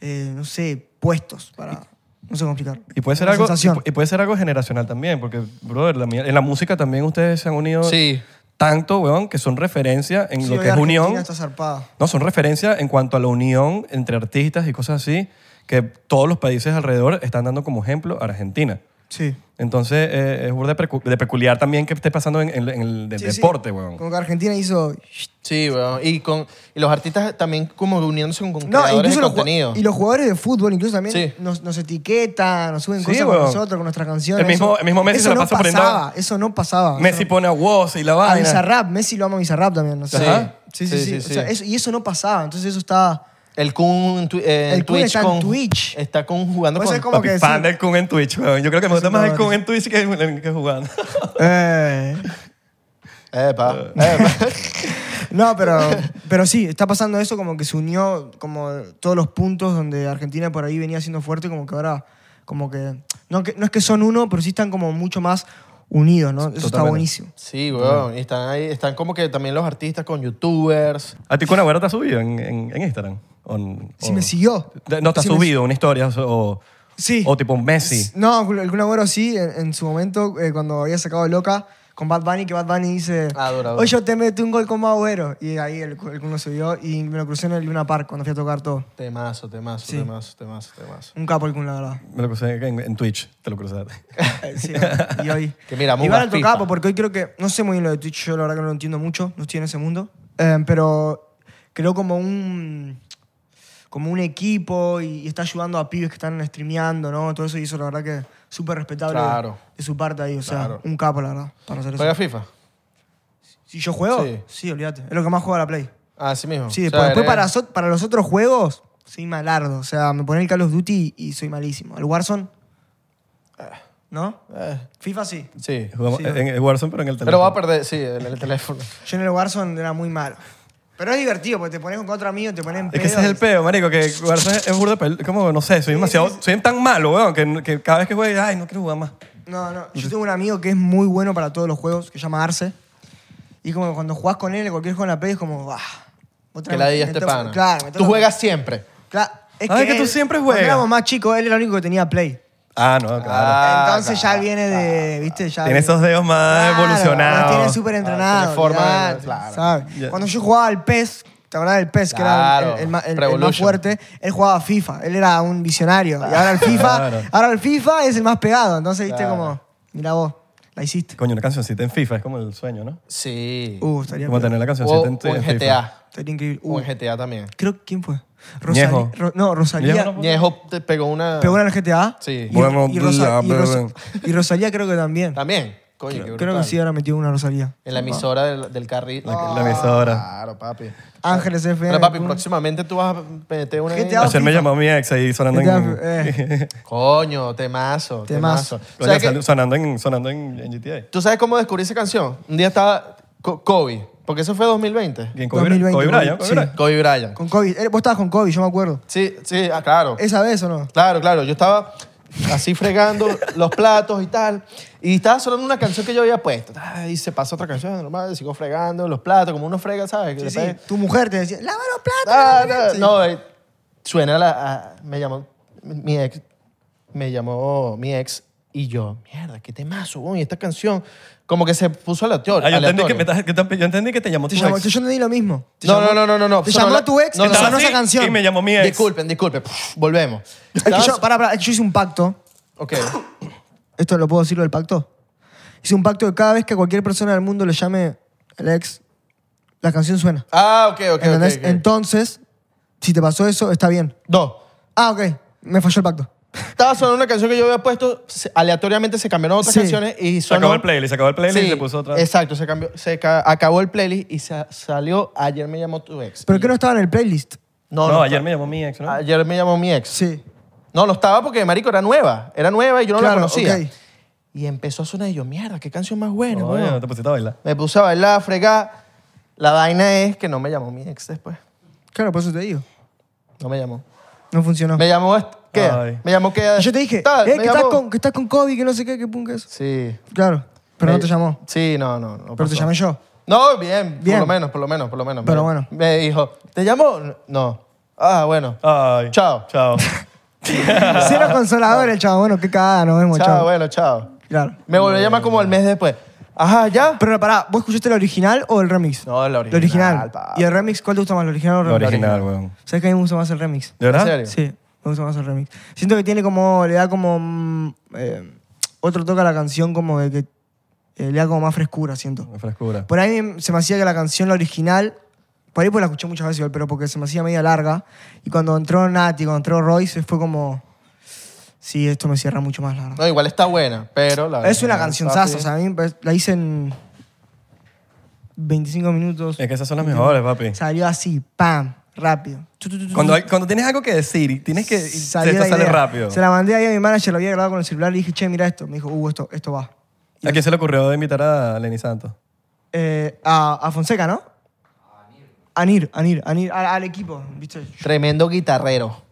S3: eh, no sé, puestos para, no sé cómo explicar.
S1: Y puede, ser
S3: Una
S1: algo, y,
S3: sensación.
S1: pu- y puede ser algo generacional también, porque, brother, la mía- en la música también ustedes se han unido
S2: Sí.
S1: tanto, weón, que son referencia en
S3: Sí,
S1: lo
S3: hoy
S1: que es
S3: Argentina
S1: unión.
S3: está zarpada.
S1: No, son referencia en cuanto a la unión entre artistas y cosas así, que todos los países alrededor están dando como ejemplo a Argentina.
S3: Sí.
S1: Entonces, eh, es burda de, precu- de peculiar también que esté pasando en, en- en el de-
S3: Sí, sí.
S1: deporte, weón.
S3: Como que Argentina hizo...
S2: Sí, weón. Y, con, y los artistas también como uniéndose con, con
S3: No,
S2: creadores
S3: incluso
S2: de
S3: los,
S2: contenido.
S3: ju- y los jugadores de fútbol incluso también
S2: Sí.
S3: nos, nos etiquetan, nos suben
S1: Sí,
S3: cosas
S1: weón.
S3: con nosotros, con nuestras canciones.
S1: El mismo- el mismo Messi
S3: eso
S1: se la
S3: no
S1: pasa poniendo-
S3: pasaba, Eso no pasaba.
S1: Messi
S3: Eso
S1: pone a Woz y la
S3: no- a
S1: vaina.
S3: Bizarrap, Messi lo ama a Bizarrap también. no sé.
S1: Ajá.
S3: Sí, sí, sí.
S2: Sí, sí,
S3: O sea,
S2: sí.
S3: eso- y eso no pasaba, entonces eso estaba...
S2: El Kun en, Twi- eh, en
S3: El Kun
S2: Twitch
S3: está en
S2: con,
S3: Twitch.
S2: Está con jugando
S3: Puede
S2: con...
S3: ser como
S1: Papi,
S3: que
S1: fan
S3: sí.
S1: del Kun en Twitch, weón. Yo creo que me gusta
S3: Sí,
S1: más el
S3: cabrón.
S1: Kun en Twitch que, que jugando.
S3: Eh,
S2: Epa, epa.
S3: No, pero, pero sí, está pasando eso como que se unió como todos los puntos donde Argentina por ahí venía siendo fuerte, como que ahora, como que no, que- no es que son uno, pero sí están como mucho más unidos, ¿no? Eso está
S1: Totalmente.
S3: buenísimo.
S2: Sí, weón. Y están ahí, están como que también los artistas con youtubers.
S1: ¿A ti Kun Agüero te ha subido en, en- en Instagram? ¿O en-
S3: Sí
S2: Oh.
S1: o-
S3: me siguió.
S1: No te ha
S3: Sí me-
S1: subido una historia o,
S3: Sí.
S1: o tipo un Messi.
S3: No, el Kun Agüero sí, en, en su momento, eh, cuando había sacado Loca con Bad Bunny, que Bad Bunny dice,
S2: Ah, dura, dura.
S3: hoy yo te meto un gol con Agüero. Y ahí el, el Kun lo subió y me lo crucé en el Luna Park cuando fui a tocar todo.
S2: Temazo, temazo, temazo, temazo, temazo.
S3: Un capo el Kun, la verdad.
S1: Me lo crucé en, en Twitch, te lo cruzaste.
S3: Eh, Sí, y hoy.
S2: Que mira, muy
S3: Igual al
S2: FIFA.
S3: tocapo, porque hoy creo que. No sé muy bien lo de Twitch, yo la verdad que no lo entiendo mucho, no estoy en ese mundo. Eh, pero creo como un. Como un equipo y, y está ayudando a pibes que están streameando, ¿no? Todo eso, y eso la verdad que súper respetable
S2: Claro.
S3: de su parte ahí. O sea,
S2: Claro.
S3: un capo, la verdad, para hacer eso.
S2: ¿Juega FIFA?
S3: Si yo juego, sí,
S2: Sí.
S3: olvídate. Es lo que más juega la Play.
S2: Ah, sí mismo.
S3: Sí,
S2: O sea,
S3: después, después
S2: eres-
S3: para, so- para los otros juegos, soy malardo. O sea, me pone el Call of Duty y soy malísimo. El Warzone. ¿No?
S2: Eh,
S3: FIFA sí.
S2: sí.
S1: Jugamos
S3: Sí,
S1: en, en Warzone, pero en el teléfono.
S2: Pero va a perder, sí, en el teléfono.
S3: Yo en el Warzone era muy malo. Pero es divertido, porque te pones con otro amigo, te pones en
S1: Es que ese es el
S3: pedo.
S1: peo, marico, que Warzone es burda de pel- Como, no sé, soy demasiado... Soy tan malo, weón, que, que cada vez que juego, ay, no quiero jugar más.
S3: No, no. Yo tengo un amigo que es muy bueno para todos los juegos, que se llama Arce. Y como que cuando jugás con él, cualquier juego en la Play, es como, bah. Otra
S2: Que
S3: vez
S2: la
S3: me
S2: diga este
S3: tengo-
S2: pana.
S3: Claro, me
S2: Tú
S3: tengo-
S2: juegas siempre.
S3: Claro. Es
S1: Ah,
S3: que,
S1: es que tú
S3: él-
S1: siempre
S3: Cuando
S1: juegas.
S3: éramos más chicos, él era el único que tenía Play.
S1: Ah, no, claro.
S2: Ah,
S3: Entonces
S2: claro,
S3: ya viene de, viste, ya...
S1: tiene esos dedos más
S3: Claro,
S1: evolucionados.
S3: los tiene súper
S2: Ah,
S3: entrenados.
S2: tiene forma de-
S3: ya,
S2: claro.
S3: ¿sabes?
S1: Ya.
S3: Cuando yo jugaba al PES, ¿te acordás del PES? que era
S2: Claro,
S3: el- el, ma- el- el más
S2: Revolution.
S3: fuerte. Él jugaba a FIFA. Él era un visionario. Y ahora el FIFA,
S1: Claro.
S3: ahora el FIFA es el más pegado. Entonces, viste,
S2: Claro.
S3: como, mira vos, la hiciste.
S1: Coño, una cancioncita en FIFA es como el sueño, ¿no?
S2: Sí.
S3: Uh, estaría,
S1: Como tener la
S2: o,
S1: cancioncita en,
S2: o
S1: en
S2: en
S1: FIFA.
S2: GTA.
S3: estaría increíble.
S2: O
S3: Uh,
S2: en GTA también.
S3: creo, ¿quién fue?
S1: Ñejo.
S3: Rosalía. Ro- no, Rosalía.
S1: Ñejo no fue.
S2: Ñejo te pegó una...
S3: Pegó en el GTA.
S2: Sí.
S3: Y,
S1: Bueno,
S3: y Rosa- y
S1: bla,
S3: Rosa-
S1: bla, bla.
S3: y Rosalía creo que también.
S2: También. Coño, qué
S3: Creo que
S2: brutal.
S3: sí, ahora metió una Rosalía.
S2: En la emisora del, del carril.
S1: La, la emisora.
S2: Claro, papi.
S3: Ángeles FM.
S2: Pero papi, próximamente tú vas a meter una...
S3: ¿Qué pues. te
S2: ahí.
S3: hago?
S1: Ayer me llamó mi ex ahí sonando en...
S3: Eh.
S2: Coño, temazo, temazo.
S3: Temazo.
S1: Coño,
S2: ¿Sabes
S1: sal-
S2: que-
S1: sonando en, sonando en, en GTA.
S2: ¿Tú sabes cómo descubrí esa canción? Un día estaba co- Kobe, porque eso fue 2020.
S1: Bien, Kobe,
S3: 2020,
S1: Kobe Bryant, Kobe
S3: sí.
S1: Bryant. Ah,
S2: Kobe Bryant.
S3: Con Kobe. Eh, Vos estabas con Kobe, yo me acuerdo.
S2: Sí, sí, ah, claro.
S3: ¿Esa vez o no?
S2: Claro, claro. Yo estaba... así fregando los platos y tal. Y estaba sonando una canción que yo había puesto. Ah, Y se pasó otra canción, normal, sigo fregando los platos, como uno frega, ¿sabes? Que
S3: Sí,
S2: le
S3: sí,
S2: pega-
S3: Tu mujer te decía, lava los platos.
S2: Ah,
S3: lava los
S2: no,
S3: platos".
S2: no, eh, suena la... a- me llamó mi- mi ex, me llamó mi ex y yo, mierda, qué temazo, weón, y esta canción como que se puso aleatorio.
S1: Ah, yo, entendí que
S2: aleatorio.
S1: me estás- que te- yo entendí que te llamó
S3: Te
S1: tu
S3: llamó-
S1: ex.
S3: yo no di lo mismo. Te
S2: No,
S3: llamó-
S2: no, no, no, no, no.
S3: Te
S2: Sonó
S3: llamó
S2: la-
S3: tu ex,
S2: no,
S3: te
S2: no,
S1: Estaba
S3: sonó
S1: así
S3: esa canción.
S1: Y me llamó mi ex.
S2: Disculpen, disculpen, volvemos.
S3: Es que
S2: Estaba-
S3: yo, pará, pará, es que yo hice un pacto.
S2: Ok,
S3: ¿Esto lo puedo decirlo del pacto? Hice un pacto de cada vez que cualquier persona del mundo le llame el ex, la canción suena.
S2: ah, ok, ok, ok,
S3: ¿Entendés?
S2: ok.
S3: Entonces, si te pasó eso, está bien.
S2: Dos.
S3: Ah, ok. Me falló el pacto.
S2: Estaba sonando una canción que yo había puesto, se- aleatoriamente se cambiaron otras
S3: Sí.
S2: canciones y
S1: Se
S2: sonó...
S1: acabó el playlist, se acabó el playlist y
S2: Sí,
S1: se puso otra.
S2: Exacto, se, cambió, se ca- acabó el playlist y sa- salió Ayer me llamó tu ex.
S3: ¿Pero qué no estaba en el playlist?
S1: No,
S2: no
S1: ayer
S2: está-
S1: me llamó mi ex, ¿no?
S2: Ayer me llamó mi ex.
S3: Sí.
S2: No, no estaba porque, marico, era nueva. Era nueva y yo no la
S3: Claro,
S2: conocía.
S3: ok.
S2: Y empezó a sonar y yo, mierda, qué canción más buena,
S1: Oye,
S2: weón.
S1: te pusiste a bailar.
S2: Me puse a bailar, a fregar. La vaina es que no me llamó mi ex después.
S3: Claro, por eso te digo.
S2: No me llamó.
S3: No funcionó.
S2: Me llamó... est- ¿Qué?
S1: Ay.
S2: Me llamó que...
S3: Yo te dije,
S2: Tal,
S3: eh,
S2: me
S3: que, estás
S2: llamó.
S3: con, que estás con Kobe, que no sé qué, que punk es.
S2: Sí.
S3: Claro, pero
S2: Me-
S3: no te llamó.
S2: Sí, no, no. no
S3: Pero
S2: pasó.
S3: te llamé yo.
S2: No, bien,
S3: Bien.
S2: Por lo menos, por lo menos, por lo menos. Me-
S3: Pero bueno.
S2: Me dijo, ¿te llamo? No. Ah, bueno.
S1: Ay.
S2: Chao.
S1: Chao.
S3: Cero consolador el chavo. Bueno, qué cagada, nos vemos,
S2: Chao,
S3: chavo.
S2: bueno, chao.
S3: Claro.
S2: Me volvió a llamar como el mes después. Ajá, ¿ya?
S3: Pero pará, ¿vos escuchaste la original o el remix?
S2: No, la
S3: La original.
S2: pa.
S3: ¿Y el remix? ¿Cuál te gusta más, la original o el
S1: Lo
S3: remix?
S1: original, weón.
S3: ¿Sabes que a mí me gusta más el remix?
S1: ¿De verdad?
S2: ¿En serio?
S3: Sí, me gusta más el remix. Siento que tiene como, le da como, mm, eh, otro toque a la canción como de que eh, le da como más frescura, siento.
S1: Una frescura.
S3: Por ahí me- se me hacía que la canción, la original, por ahí pues la escuché muchas veces igual, pero porque se me hacía media larga. Y cuando entró Nati, cuando entró Royce, fue como, sí, esto me cierra mucho más larga.
S2: No, igual está buena, pero la
S3: Es una
S2: original
S3: canción
S2: está
S3: sasa, o
S2: así.
S3: sea, a mí me parece- la hice en 25 minutos.
S1: Es que esas son las mejores, papi.
S3: Salió así, pam, rápido. Tu, tu, tu, tu,
S1: Cuando,
S3: tu.
S1: hay- cuando tienes algo que decir, y tienes que. y
S3: Salió
S1: esto
S3: la
S1: sale
S3: idea.
S1: rápido.
S3: Se la mandé ahí a mi manager, lo había grabado con el celular y dije, che, mira esto. Me dijo, uh, esto, esto va.
S1: ¿A quién se le ocurrió de invitar a Lenny Santos?
S3: Eh, a, a Fonseca, ¿no? Anir, Anir, Anir, al, al equipo, ¿viste?
S2: Tremendo guitarrero.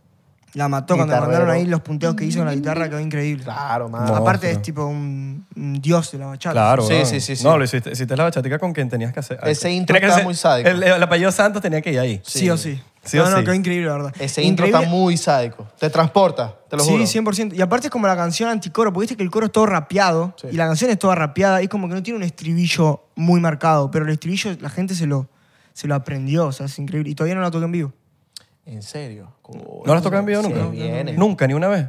S3: La mató cuando le
S2: Guitarrero.
S3: mandaron ahí los punteos que hizo con la guitarra, quedó increíble.
S2: Claro, mano.
S1: No,
S3: Aparte
S1: pero-
S3: es tipo un, un dios de la bachata.
S1: Claro,
S2: Sí,
S1: weón.
S2: sí, sí, sí.
S1: No, lo hiciste, hiciste la bachatica con quien tenías que hacer.
S2: Ese
S1: Tenía
S2: intro
S1: que
S2: estaba
S1: hacer-
S2: muy sádico.
S1: El, el apellido Santos tenía que ir ahí.
S3: Sí, o sí.
S1: Sí
S3: no,
S1: o
S3: no,
S1: sí.
S3: quedó increíble, la verdad.
S2: Ese intro
S3: Increíble-
S2: está muy sádico. Te transporta, te lo juro.
S3: Sí, 100%. Y aparte es como la canción anticoro, porque viste que el coro es todo rapeado y la canción es toda rapeada y como que no tiene un estribillo muy marcado, pero el estribillo la gente se lo, se lo aprendió, o sea, es increíble. Y todavía no la toqué en vivo,
S2: En serio.
S1: ¿No las tocan en vivo
S2: Se
S1: nunca?
S2: viene.
S1: Nunca, ni una vez.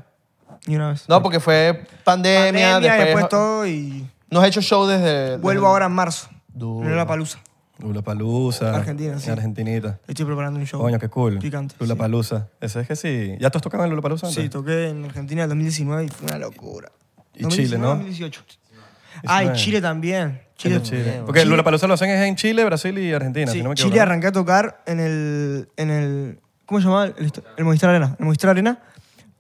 S3: ni una vez.
S2: No, porque fue pandemia,
S3: Pandemia,
S2: después,
S3: después todo y
S2: Nos ha hecho show desde...
S3: vuelvo ahora en marzo.
S2: Duro.
S3: En la palusa.
S1: Lula Palusa.
S3: Argentina, sí.
S1: Argentinita.
S3: Estoy preparando un show.
S1: Coño, qué cool.
S3: Picante.
S1: Lula Palusa. Eso es que sí. ¿Ya tú has tocado en Lula Palusa?
S3: Sí, toqué en Argentina en el 2019 y fue una locura.
S1: Y Chile, ¿no?
S3: 2018. Ah, y
S1: 19.
S3: Chile también. Chile.
S1: Chile. Chile. Porque Lula Palusa lo hacen es en Chile, Brasil y Argentina.
S3: Sí,
S1: si no me equivoco,
S3: Chile
S1: ¿no?
S3: arranqué a tocar en el, en el ¿cómo se llamaba? El, esto- el Movistar Arena. El Movistar Arena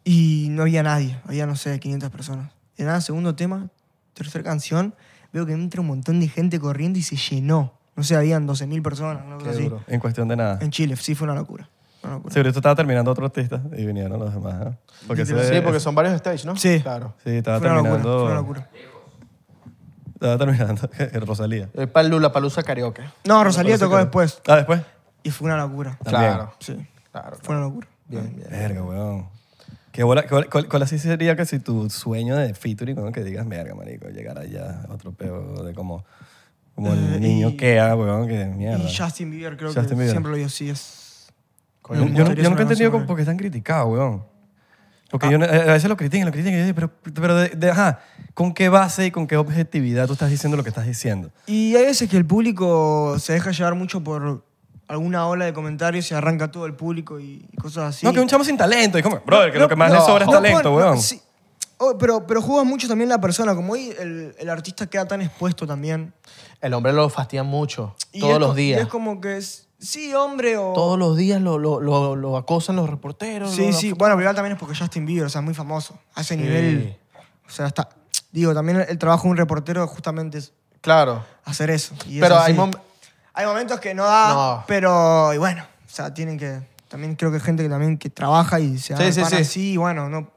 S3: y no había nadie. Había, no sé, 500 personas. De nada, segundo tema, tercera canción, veo que entra un montón de gente corriendo y se llenó. No sé, habían 12.000 personas, algo así.
S1: En cuestión de nada.
S3: En Chile, sí, fue una locura. Una locura.
S1: Seguro esto estaba terminando otro artista y vinieron los demás, ¿no? Porque eso
S2: Sí,
S1: es-
S2: porque son varios stages, ¿no?
S3: Sí.
S2: Claro.
S1: Sí, estaba
S3: fue una locura,
S1: terminando.
S3: fue una locura.
S1: Estaba terminando. Rosalía.
S2: El Palula Palusa Karaoke.
S3: No, Rosalía tocó después
S1: Ah, después.
S3: y fue una locura.
S1: También.
S2: Claro.
S3: Sí,
S2: Claro.
S3: fue una locura. Bien.
S1: Verga, weón. ¿Qué bola- qué bola- cuál, cuál así sería que si tu sueño de featuring, weón, que digas, verga, marico, llegar allá, otro peo de como, como el niño Kea, weón, que mierda.
S3: Eh, Y Justin Bieber creo que
S1: Justin Bieber.
S3: siempre lo digo, sí, es...
S1: Yo- yo, no-
S3: Me gustaría Ah.
S1: yo
S3: hacer una
S1: nunca he entendido cómo-
S3: canción con él.
S1: por qué están criticados, weón. Porque yo no- eh, a a veces lo critican, lo critican, y yo digo, pero, pero de- de- ajá, ¿con qué base y con qué objetividad tú estás diciendo lo que estás diciendo?
S3: Y hay veces que el público se deja llevar mucho por alguna ola de comentarios y arranca todo el público y y cosas así.
S1: No, que un chamo sin talento, y como, brother, que lo que más
S3: no,
S1: le sobra es
S3: no,
S1: talento,
S3: no,
S1: weón.
S3: sí. Oh, pero, pero juega mucho también la persona, como hoy el, el artista queda tan expuesto también.
S2: El hombre lo fastidia mucho.
S3: Y
S2: todos
S3: es
S2: los
S3: co- y
S2: días.
S3: es como que es, sí, hombre, o...
S2: Todos los días lo, lo, lo, lo acosan los reporteros.
S3: sí,
S2: lo-
S3: sí. Bueno, pero igual también es porque Justin Bieber, o sea, es muy famoso. A ese nivel, o sea, está... Digo, también el, el trabajo de un reportero justamente es
S2: Claro.
S3: hacer eso. y es
S2: Pero
S3: así.
S2: hay mom-
S3: Hay momentos que no da,
S2: No.
S3: pero y bueno, o sea, tienen que también creo que hay gente que también que trabaja y se
S2: Sí,
S3: hace
S2: sí, sí.
S3: así y bueno, no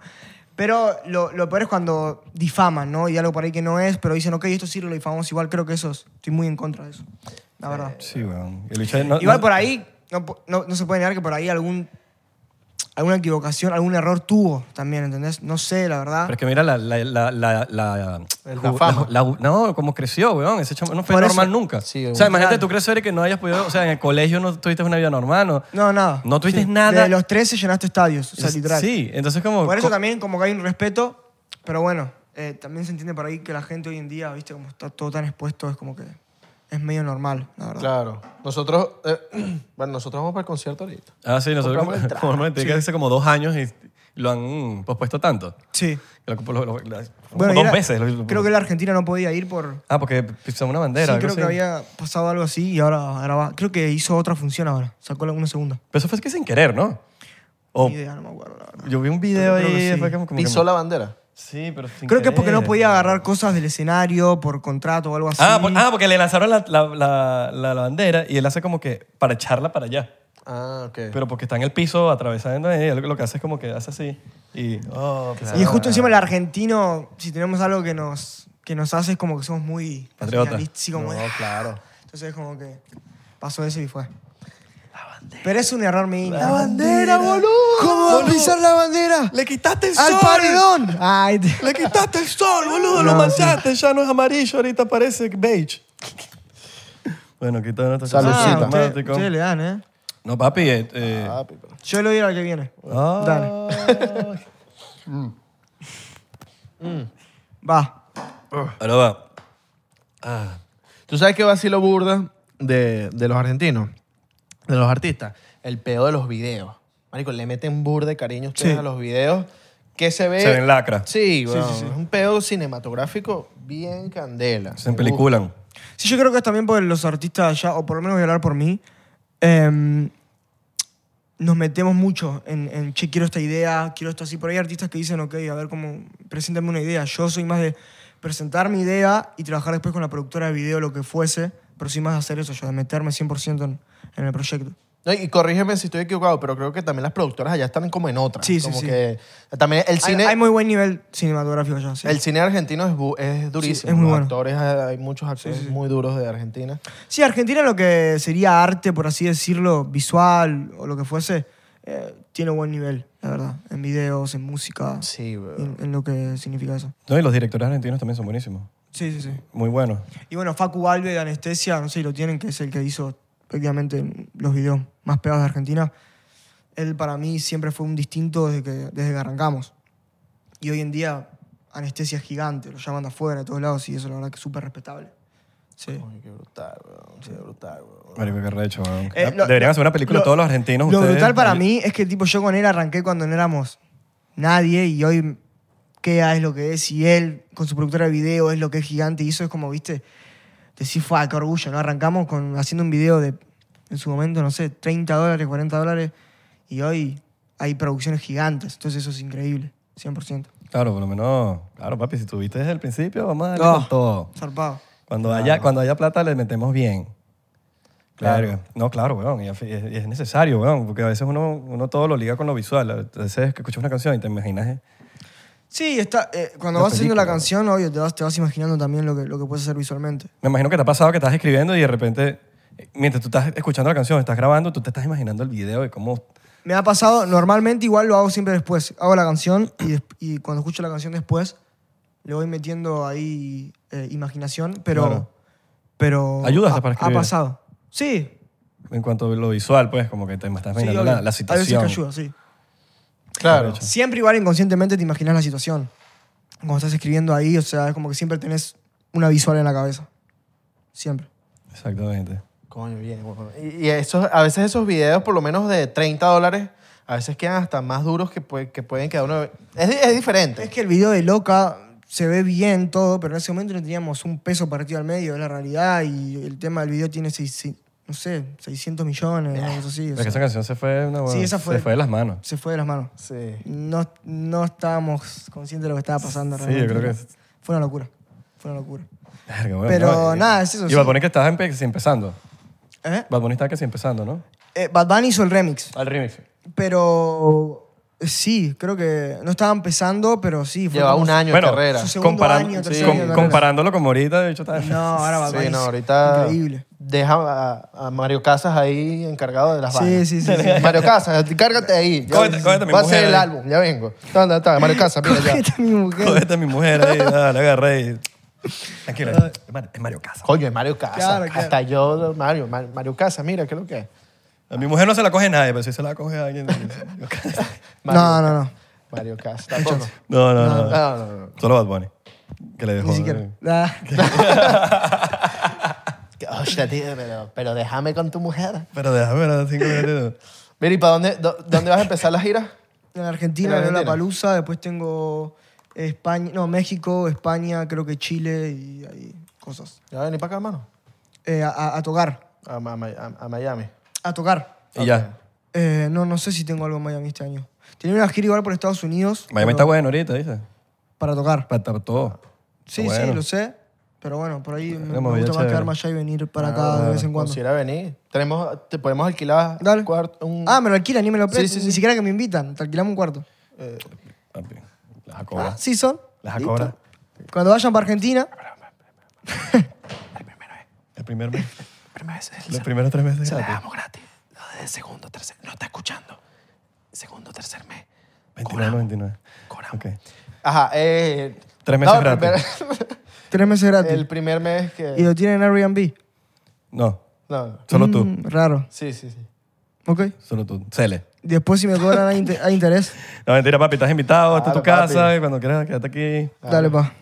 S3: Pero lo, lo peor es cuando difaman, ¿no? Y algo por ahí que no es, pero dicen, ok, esto sí lo difamamos igual. Creo que eso es- estoy muy en contra de eso, la verdad.
S1: Sí, weón. El bicho no-
S3: Igual
S1: no-
S3: por ahí, no, po- no- no se puede negar que por ahí algún, alguna equivocación, algún error tuvo también, ¿entendés? No sé, la verdad.
S1: Pero es que mira la... la, la, la, la-
S2: La
S1: ju-
S2: fama.
S1: la ju- no, cómo creció, weón. Ese chamo no fue
S3: Por eso-
S1: normal nunca.
S2: Sí,
S1: o sea, imagínate
S3: claro.
S1: tú crecer y que no hayas podido... O sea, en el colegio no tuviste una vida normal. No,
S3: no, nada.
S1: no tuviste
S3: Sí.
S1: nada.
S3: Desde los 13 llenaste estadios, o sea, literal.
S1: Sí, entonces como...
S3: Por eso
S1: co-
S3: también como que hay un respeto, pero bueno, eh, también se entiende por ahí que la gente hoy en día, viste, como está todo tan expuesto, es como que es medio normal, la verdad.
S2: Claro. Nosotros, eh, bueno, nosotros vamos para el concierto ahorita.
S1: Ah, sí, nosotros
S2: Compramos la entrada.
S1: como que hace como dos años y lo han mm, pospuesto tanto.
S3: Sí.
S1: Lo- lo- lo- lo-
S3: Bueno, y
S1: dos
S3: era-
S1: veces. lo-
S3: Creo que la Argentina no podía ir por...
S1: Ah, porque pisó una bandera.
S3: sí,
S1: algo
S3: creo que
S1: así.
S3: había pasado algo así y ahora, ahora va. Creo que hizo otra función ahora, sacó la- una segunda.
S1: Pero eso fue que sin querer, ¿no? O,
S3: Ni idea, no me acuerdo, la verdad.
S1: yo vi un video
S3: Creo que
S1: ahí.
S3: sí.
S1: fue como- como que-
S2: Pisó la bandera.
S1: Sí, pero sin
S3: Creo que es porque no
S1: querer.
S3: podía agarrar cosas del escenario por contrato o algo así.
S1: Ah, por- ah, porque le lanzaron la, la, la- la bandera y él hace como que para echarla para allá.
S2: Ah, ok.
S1: Pero porque está en el piso atravesando, eh, él lo que hace es como que hace así. Y, oh,
S3: Y justo encima el argentino, si tenemos algo que nos, que nos hace, es como que somos muy
S1: Patriota.
S3: nacionalistas, sí, como-
S2: no, Oh, claro.
S3: Entonces es como que pasó eso y fue. Pero es un error mío. La,
S1: bandera, boludo.
S3: ¿Cómo va a pisar la bandera?
S1: ¡Le quitaste el
S3: ¡Al paredón! Ay, te-
S1: ¡Le quitaste el sol, boludo!
S3: No,
S1: ¡Lo manchaste! Ya no es amarillo, ahorita parece beige. bueno, quitó nuestra
S2: Saludcita.
S3: Ah,
S2: Lucita.
S3: usted-
S1: automático.
S3: ustedes le dan, ¿eh?
S1: No, papi. eh, eh,
S2: Ah, pipa.
S3: Yo lo digo al que viene.
S1: ah.
S3: Va.
S1: Ahora va.
S2: ¿Tú sabes qué vacilo burda de, de los argentinos? De los artistas. El pedo de los videos. Marico, le meten burda de cariño ustedes
S3: Sí.
S2: a los videos. que se ve?
S1: Se
S3: Eh.
S1: ven lacra.
S2: Sí,
S3: sí,
S2: weón.
S3: sí.
S2: Es un pedo cinematográfico bien candela.
S1: Se
S2: Me
S1: peliculan.
S3: Sí, yo creo que es también por los artistas allá, o por lo menos voy a hablar por mí. em, nos metemos mucho en, en, che, quiero esta idea, quiero esto así. Por ahí hay artistas que dicen, ok, a ver cómo, preséntame una idea. Yo soy más de presentar mi idea y trabajar después con la productora de video, lo que fuese, pero soy más de hacer eso yo, de meterme 100% en, en el proyecto.
S2: No, y corrígeme si estoy equivocado, pero creo que también las productoras allá están como en otra.
S3: Sí, sí,
S2: como
S3: sí.
S2: que también el
S3: Hay-
S2: cine,
S3: hay, muy buen nivel cinematográfico allá, sí.
S2: el cine argentino es, bu- es durísimo.
S3: es muy
S2: Los
S3: bueno.
S2: actores, hay muchos actores muy duros de Argentina.
S3: Sí, Argentina lo que sería arte, por así decirlo, visual o lo que fuese, eh, tiene buen nivel, la verdad, en videos, en música,
S2: Sí, weón.
S3: en, en lo que significa eso.
S1: No, y los directores argentinos también son buenísimos.
S3: Sí, sí, sí.
S1: Muy buenos.
S3: Y bueno, Facu Valve de Anestesia, no sé si lo tienen, que es el que hizo prácticamente los videos más pegados de Argentina. Él para mí siempre fue un distinto desde que, desde que arrancamos. Y hoy en día Anestesia es gigante, lo llaman de afuera, de todos lados, y eso la verdad que es súper respetable. Sí.
S2: Ay, qué brutal, weón. Qué brutal, weón.
S1: Marico, qué recho, weón.
S3: Eh, lo-
S1: Deberían hacer una película
S3: lo-
S1: de todos los argentinos.
S3: Lo
S1: ustedes.
S3: brutal para mí es que tipo yo con él arranqué cuando no éramos nadie y hoy queda es lo que es y él con su productora de video es lo que es gigante y eso es como, viste, decir, fue qué orgullo, ¿no? Arrancamos con, haciendo un video de, en su momento, no sé, 30 dólares, 40 dólares y hoy hay producciones gigantes, entonces eso es increíble, 100%.
S1: Claro, por lo menos. Claro, papi, si tuviste desde el principio, vamos a darle
S3: No.
S1: con todo.
S3: Zarpado.
S1: Cuando, haya, cuando haya plata, le metemos bien. Claro. No, claro, weón. Y es, y es- y es necesario, weón. Porque a veces uno, uno todo lo liga con lo visual. A veces que escuchas una canción y te imaginas. eh,
S3: Sí, está, eh, cuando
S1: La
S3: vas haciendo la
S1: película.
S3: canción, obvio, te vas, te vas imaginando también lo que, lo que puedes hacer visualmente.
S1: Me imagino que te ha pasado que estás escribiendo y de repente, eh, mientras tú estás escuchando la canción, estás grabando, tú te estás imaginando el video de cómo.
S3: Me ha pasado, normalmente igual lo hago siempre después. Hago la canción y, des- y cuando escucho la canción después, le voy metiendo ahí eh, imaginación, pero.
S1: Claro.
S3: pero
S1: Ayuda hasta
S3: ha-
S1: para escribir.
S3: Ha pasado. Sí.
S1: En cuanto a lo visual, pues, como que te estás
S3: sí,
S1: imaginando
S3: obvio.
S1: la, la
S3: A veces
S1: situación.
S3: que ayuda, sí.
S2: Claro.
S3: Siempre igual inconscientemente te imaginas la situación. Cuando estás escribiendo ahí, o sea, es como que siempre tenés una visual en la cabeza. Siempre.
S1: Exactamente.
S2: Coño, bien. weón. Y, y esos- a veces esos videos, por lo menos de 30 dólares, a veces quedan hasta más duros que, pue- que pueden quedar uno. Es, di- es diferente.
S3: Es que el video de Loca se ve bien todo, pero en ese momento no teníamos un peso partido al medio, es la realidad, y el tema del video tiene, seis, seis- no sé, 600 millones, una cosa así. o
S1: Pero que
S3: sea,
S1: esa canción se fue, una,
S3: Sí, esa fue-
S1: se fue de las manos.
S3: se fue de las manos.
S2: Sí.
S3: No, no estábamos conscientes de lo que estaba pasando
S1: Sí,
S3: realmente.
S1: yo creo que-
S3: Fue una locura, fue una locura.
S1: Verga, weón,
S3: Pero
S1: y-
S3: nada, es eso,
S1: Y
S3: sí.
S1: va a poner que estás empe- empezando.
S3: ¿Eh?
S1: Bad Bunny está que sí empezando, ¿no?
S3: Eh, Bad Bunny hizo el remix,
S1: Al remix.
S3: pero Sí, creo que no estaban pesando, pero sí. fue
S2: Lleva
S3: como
S2: un
S3: su-
S2: año de carrera.
S3: su segundo
S1: comparan-
S3: año,
S1: sí,
S3: tercer
S1: com-
S3: año de carrera.
S1: comparándolo como ahorita, de hecho, está...
S3: No, ahora va
S2: Sí, no, ahorita.
S3: Increíble.
S2: Deja a, a Mario Casas ahí encargado de las
S3: Sí,
S2: vainas.
S3: sí, sí. sí.
S2: Mario Casas, cárgate ahí. Ya
S1: Cógete-
S2: ves.
S1: cógete mi
S2: Va a
S1: mujer
S2: ser el
S1: ahí.
S2: álbum, ya vengo. Anda, está, Mario Casas, mira ya.
S3: Esta es mi mujer.
S1: Cógete a mi mujer ahí, dale, agarra ahí. Tranquilo, es Mario- es Mario Casas.
S2: Coño, es Mario Casas.
S3: Claro, claro.
S2: Hasta yo, Mario, Mario, Mario Casas, mira, ¿qué es lo que es?
S1: A mi mujer no se la coge nadie, pero si se la coge a alguien...
S2: Mario,
S3: No, no, no.
S2: Mario Casas, tampoco.
S1: No, no, no.
S2: No, no, no.
S1: Solo Bad Bunny. Que le dejó...
S3: Ni siquiera. Ah,
S2: Que, Hostia, tío, pero, pero déjame con tu mujer.
S1: Pero déjame ver cinco minutitos.
S2: Mira, ¿y para dónde, do- dónde vas a empezar la gira?
S3: En
S2: En
S3: Argentina, en la
S2: Argentina.
S3: Palusa, después tengo España, no, México, España, creo que Chile y ahí cosas.
S2: Ya venir para acá, mano.
S3: Eh, a- a, a tocar,
S2: A, Ma- Ma- a- a Miami.
S3: a tocar.
S1: Y ya.
S3: Eh, no, no sé si tengo algo en Miami este año. Tenía una gira igual por Estados Unidos.
S1: Miami
S3: pero-
S1: está bueno ahorita, dice.
S3: Para tocar.
S1: Para estar todo.
S3: Sí,
S1: Está
S3: sí,
S1: bueno.
S3: lo sé. Pero bueno, por ahí me,
S1: Una
S3: me
S1: movida
S3: gusta más
S1: chévere.
S3: quedarme allá y venir para acá de vez en cuando.
S2: Quisiera venir. Tenemos, te podemos alquilar
S3: Dale.
S2: un cuarto. Un...
S3: Ah, me lo alquilan, ni me lo prestan.
S2: sí,
S3: Ni siquiera que me invitan. Te alquilamos un cuarto.
S1: Papi, Las acobras.
S3: Sí, son.
S1: Las acobras.
S3: Cuando vayan para Argentina,
S1: El primer mes. Los primeros tres meses gratis.
S4: gratis. Lo de segundo, tercer. No está escuchando. Segundo, tercer mes.
S1: 29, 29. Ok.
S2: Ajá, eh.
S1: Tres meses
S2: el
S1: gratis.
S2: primer-
S3: tres meses gratis.
S2: el primer mes
S3: Y
S2: que.
S3: lo tienen en Airbnb.
S1: No,
S2: No, no.
S1: solo tú.
S3: Mm, raro.
S2: Sí, sí, sí.
S3: Ok.
S1: Solo tú. Cele.
S3: Después si me cobran hay, inte- hay interés.
S1: No, mentira, papi. Estás invitado. Esta es tu
S2: Claro,
S1: casa.
S2: papi.
S1: Y cuando quieras, quédate aquí
S3: Dale, pa.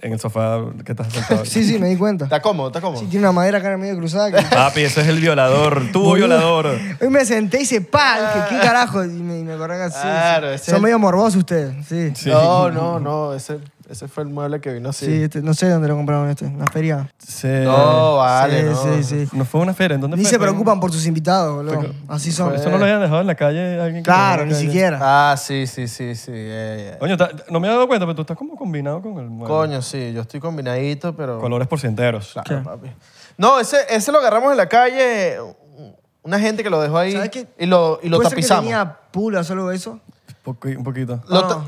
S1: en el sofá que estás sentado.
S3: Sí, sí, me di cuenta.
S2: Está cómodo, está cómodo.
S3: Sí, tiene una madera acá en el medio cruzada. Que...
S1: Papi, ese es el violador. Tu violador.
S3: Hoy me senté y hice pa. Dije, ¿qué carajo? Y me, y me acordé que así.
S2: Claro, ese
S3: Son
S2: es-
S3: medio morbosos ustedes. Sí. Sí,
S2: No, no, no. Ese, ese fue el mueble que vino así.
S3: este, no sé dónde lo compraron este. En la feria.
S1: Se-
S2: No, vale.
S3: Eh, sí,
S2: no.
S3: sí, sí.
S1: No fue una feria. ¿En dónde
S3: Ni
S1: fue?
S3: se
S1: Fue en-
S3: preocupan por sus invitados, boludo. Así son.
S1: Eso no lo habían dejado en la calle alguien que
S3: Claro,
S1: lo dejó en
S3: ni
S1: la calle.
S3: siquiera.
S2: Ah, sí, sí, sí, sí. eh, eh.
S1: Coño, ta- no me he dado cuenta, pero tú estás como combinado con el mueble.
S2: Coño, sí, yo estoy combinadito, pero.
S1: Colores por cienteros.
S2: Claro, papi. No, ese, ese lo agarramos en la calle. Una gente que lo dejó ahí
S3: ¿Sabes qué?
S2: y lo, y lo
S3: ¿Puede ser
S2: tapizamos.
S3: que tenía Ah. pulas o algo de eso?
S1: Poqui- un poquito.
S2: Lo ta-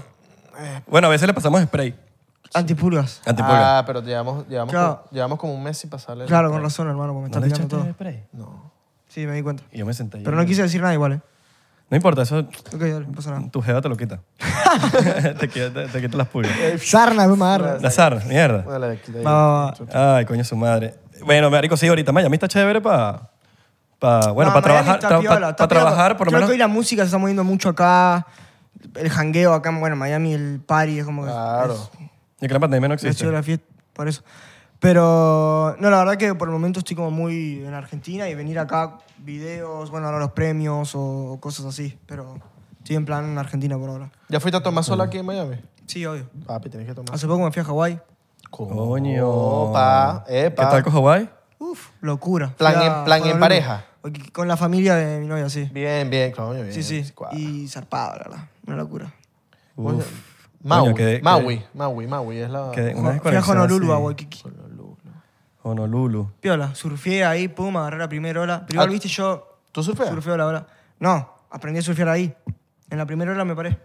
S1: Bueno, a veces le pasamos spray.
S3: Antipulgas.
S1: Antipulga.
S2: Ah, pero llevamos, llevamos,
S3: Claro.
S2: como, llevamos como un mes sin pasarle. el-
S3: Claro, con razón, hermano, porque me
S1: ¿No
S3: está
S1: le
S3: pillando
S1: echaste
S3: todo.
S1: spray?
S3: Sí, me di cuenta.
S1: Y yo me senté. ahí.
S3: Pero no quise decir nada igual, ¿eh?
S1: No importa, eso
S3: Ok, dale, no pasa nada.
S1: tu jeva te lo quita. te, quita te, te quita las pulgas.
S3: Sarna, me agarra.
S1: Nazar, mierda.
S2: Dale, dale, dale.
S3: Va, va, va.
S1: Ay, coño, su madre. Bueno, marico, sí, ahorita Miami está chévere para... Pa, bueno, para
S3: No, Miami
S1: trabajar,
S3: está
S1: tra- pa-
S3: piola,
S1: pa
S3: está piola.
S1: trabajar por lo
S3: Creo
S1: menos.
S3: que hoy la música se está moviendo mucho acá. El jangueo acá, bueno, en Miami, el party es como que.
S2: Claro.
S3: es-
S1: Y que la pandemia no
S3: La ciudad de
S1: existe.
S3: la fiesta, por eso. Pero, no, la verdad que por el momento estoy como muy en Argentina y venir acá, videos, bueno, ahora los premios o, o cosas así. Pero estoy en plan en Argentina por ahora.
S2: ¿Ya fuiste a tomar sola aquí en Miami?
S3: Sí, obvio.
S2: Papi, tienes que tomar.
S3: Hace poco me fui a Hawái.
S1: Coño.
S2: Opa, epa.
S1: ¿Qué tal con Hawái?
S3: Uf, locura. Fui
S2: Plan en-
S3: a
S2: plan en
S3: Honolulu.
S2: pareja.
S3: Con la familia de mi novia, sí.
S2: Bien, bien, coño, bien.
S3: Sí, sí.
S2: Cuadra.
S3: Y zarpado, la verdad. Una locura.
S2: Coño, Maui,
S1: Coño, quedé-
S2: Maui, Maui, Maui, es la...
S1: Que una
S3: Fui a
S1: desconexión
S3: Honolulu,
S1: así.
S3: a Waikiki.
S1: Honolulu.
S3: Piola, surfeé ahí, pum, agarré la primera ola. Pero igual,
S2: Ah,
S3: viste, yo
S2: ¿Tú surfeas?
S3: surfeo la ola. No, aprendí a surfear ahí. En la primera ola me paré.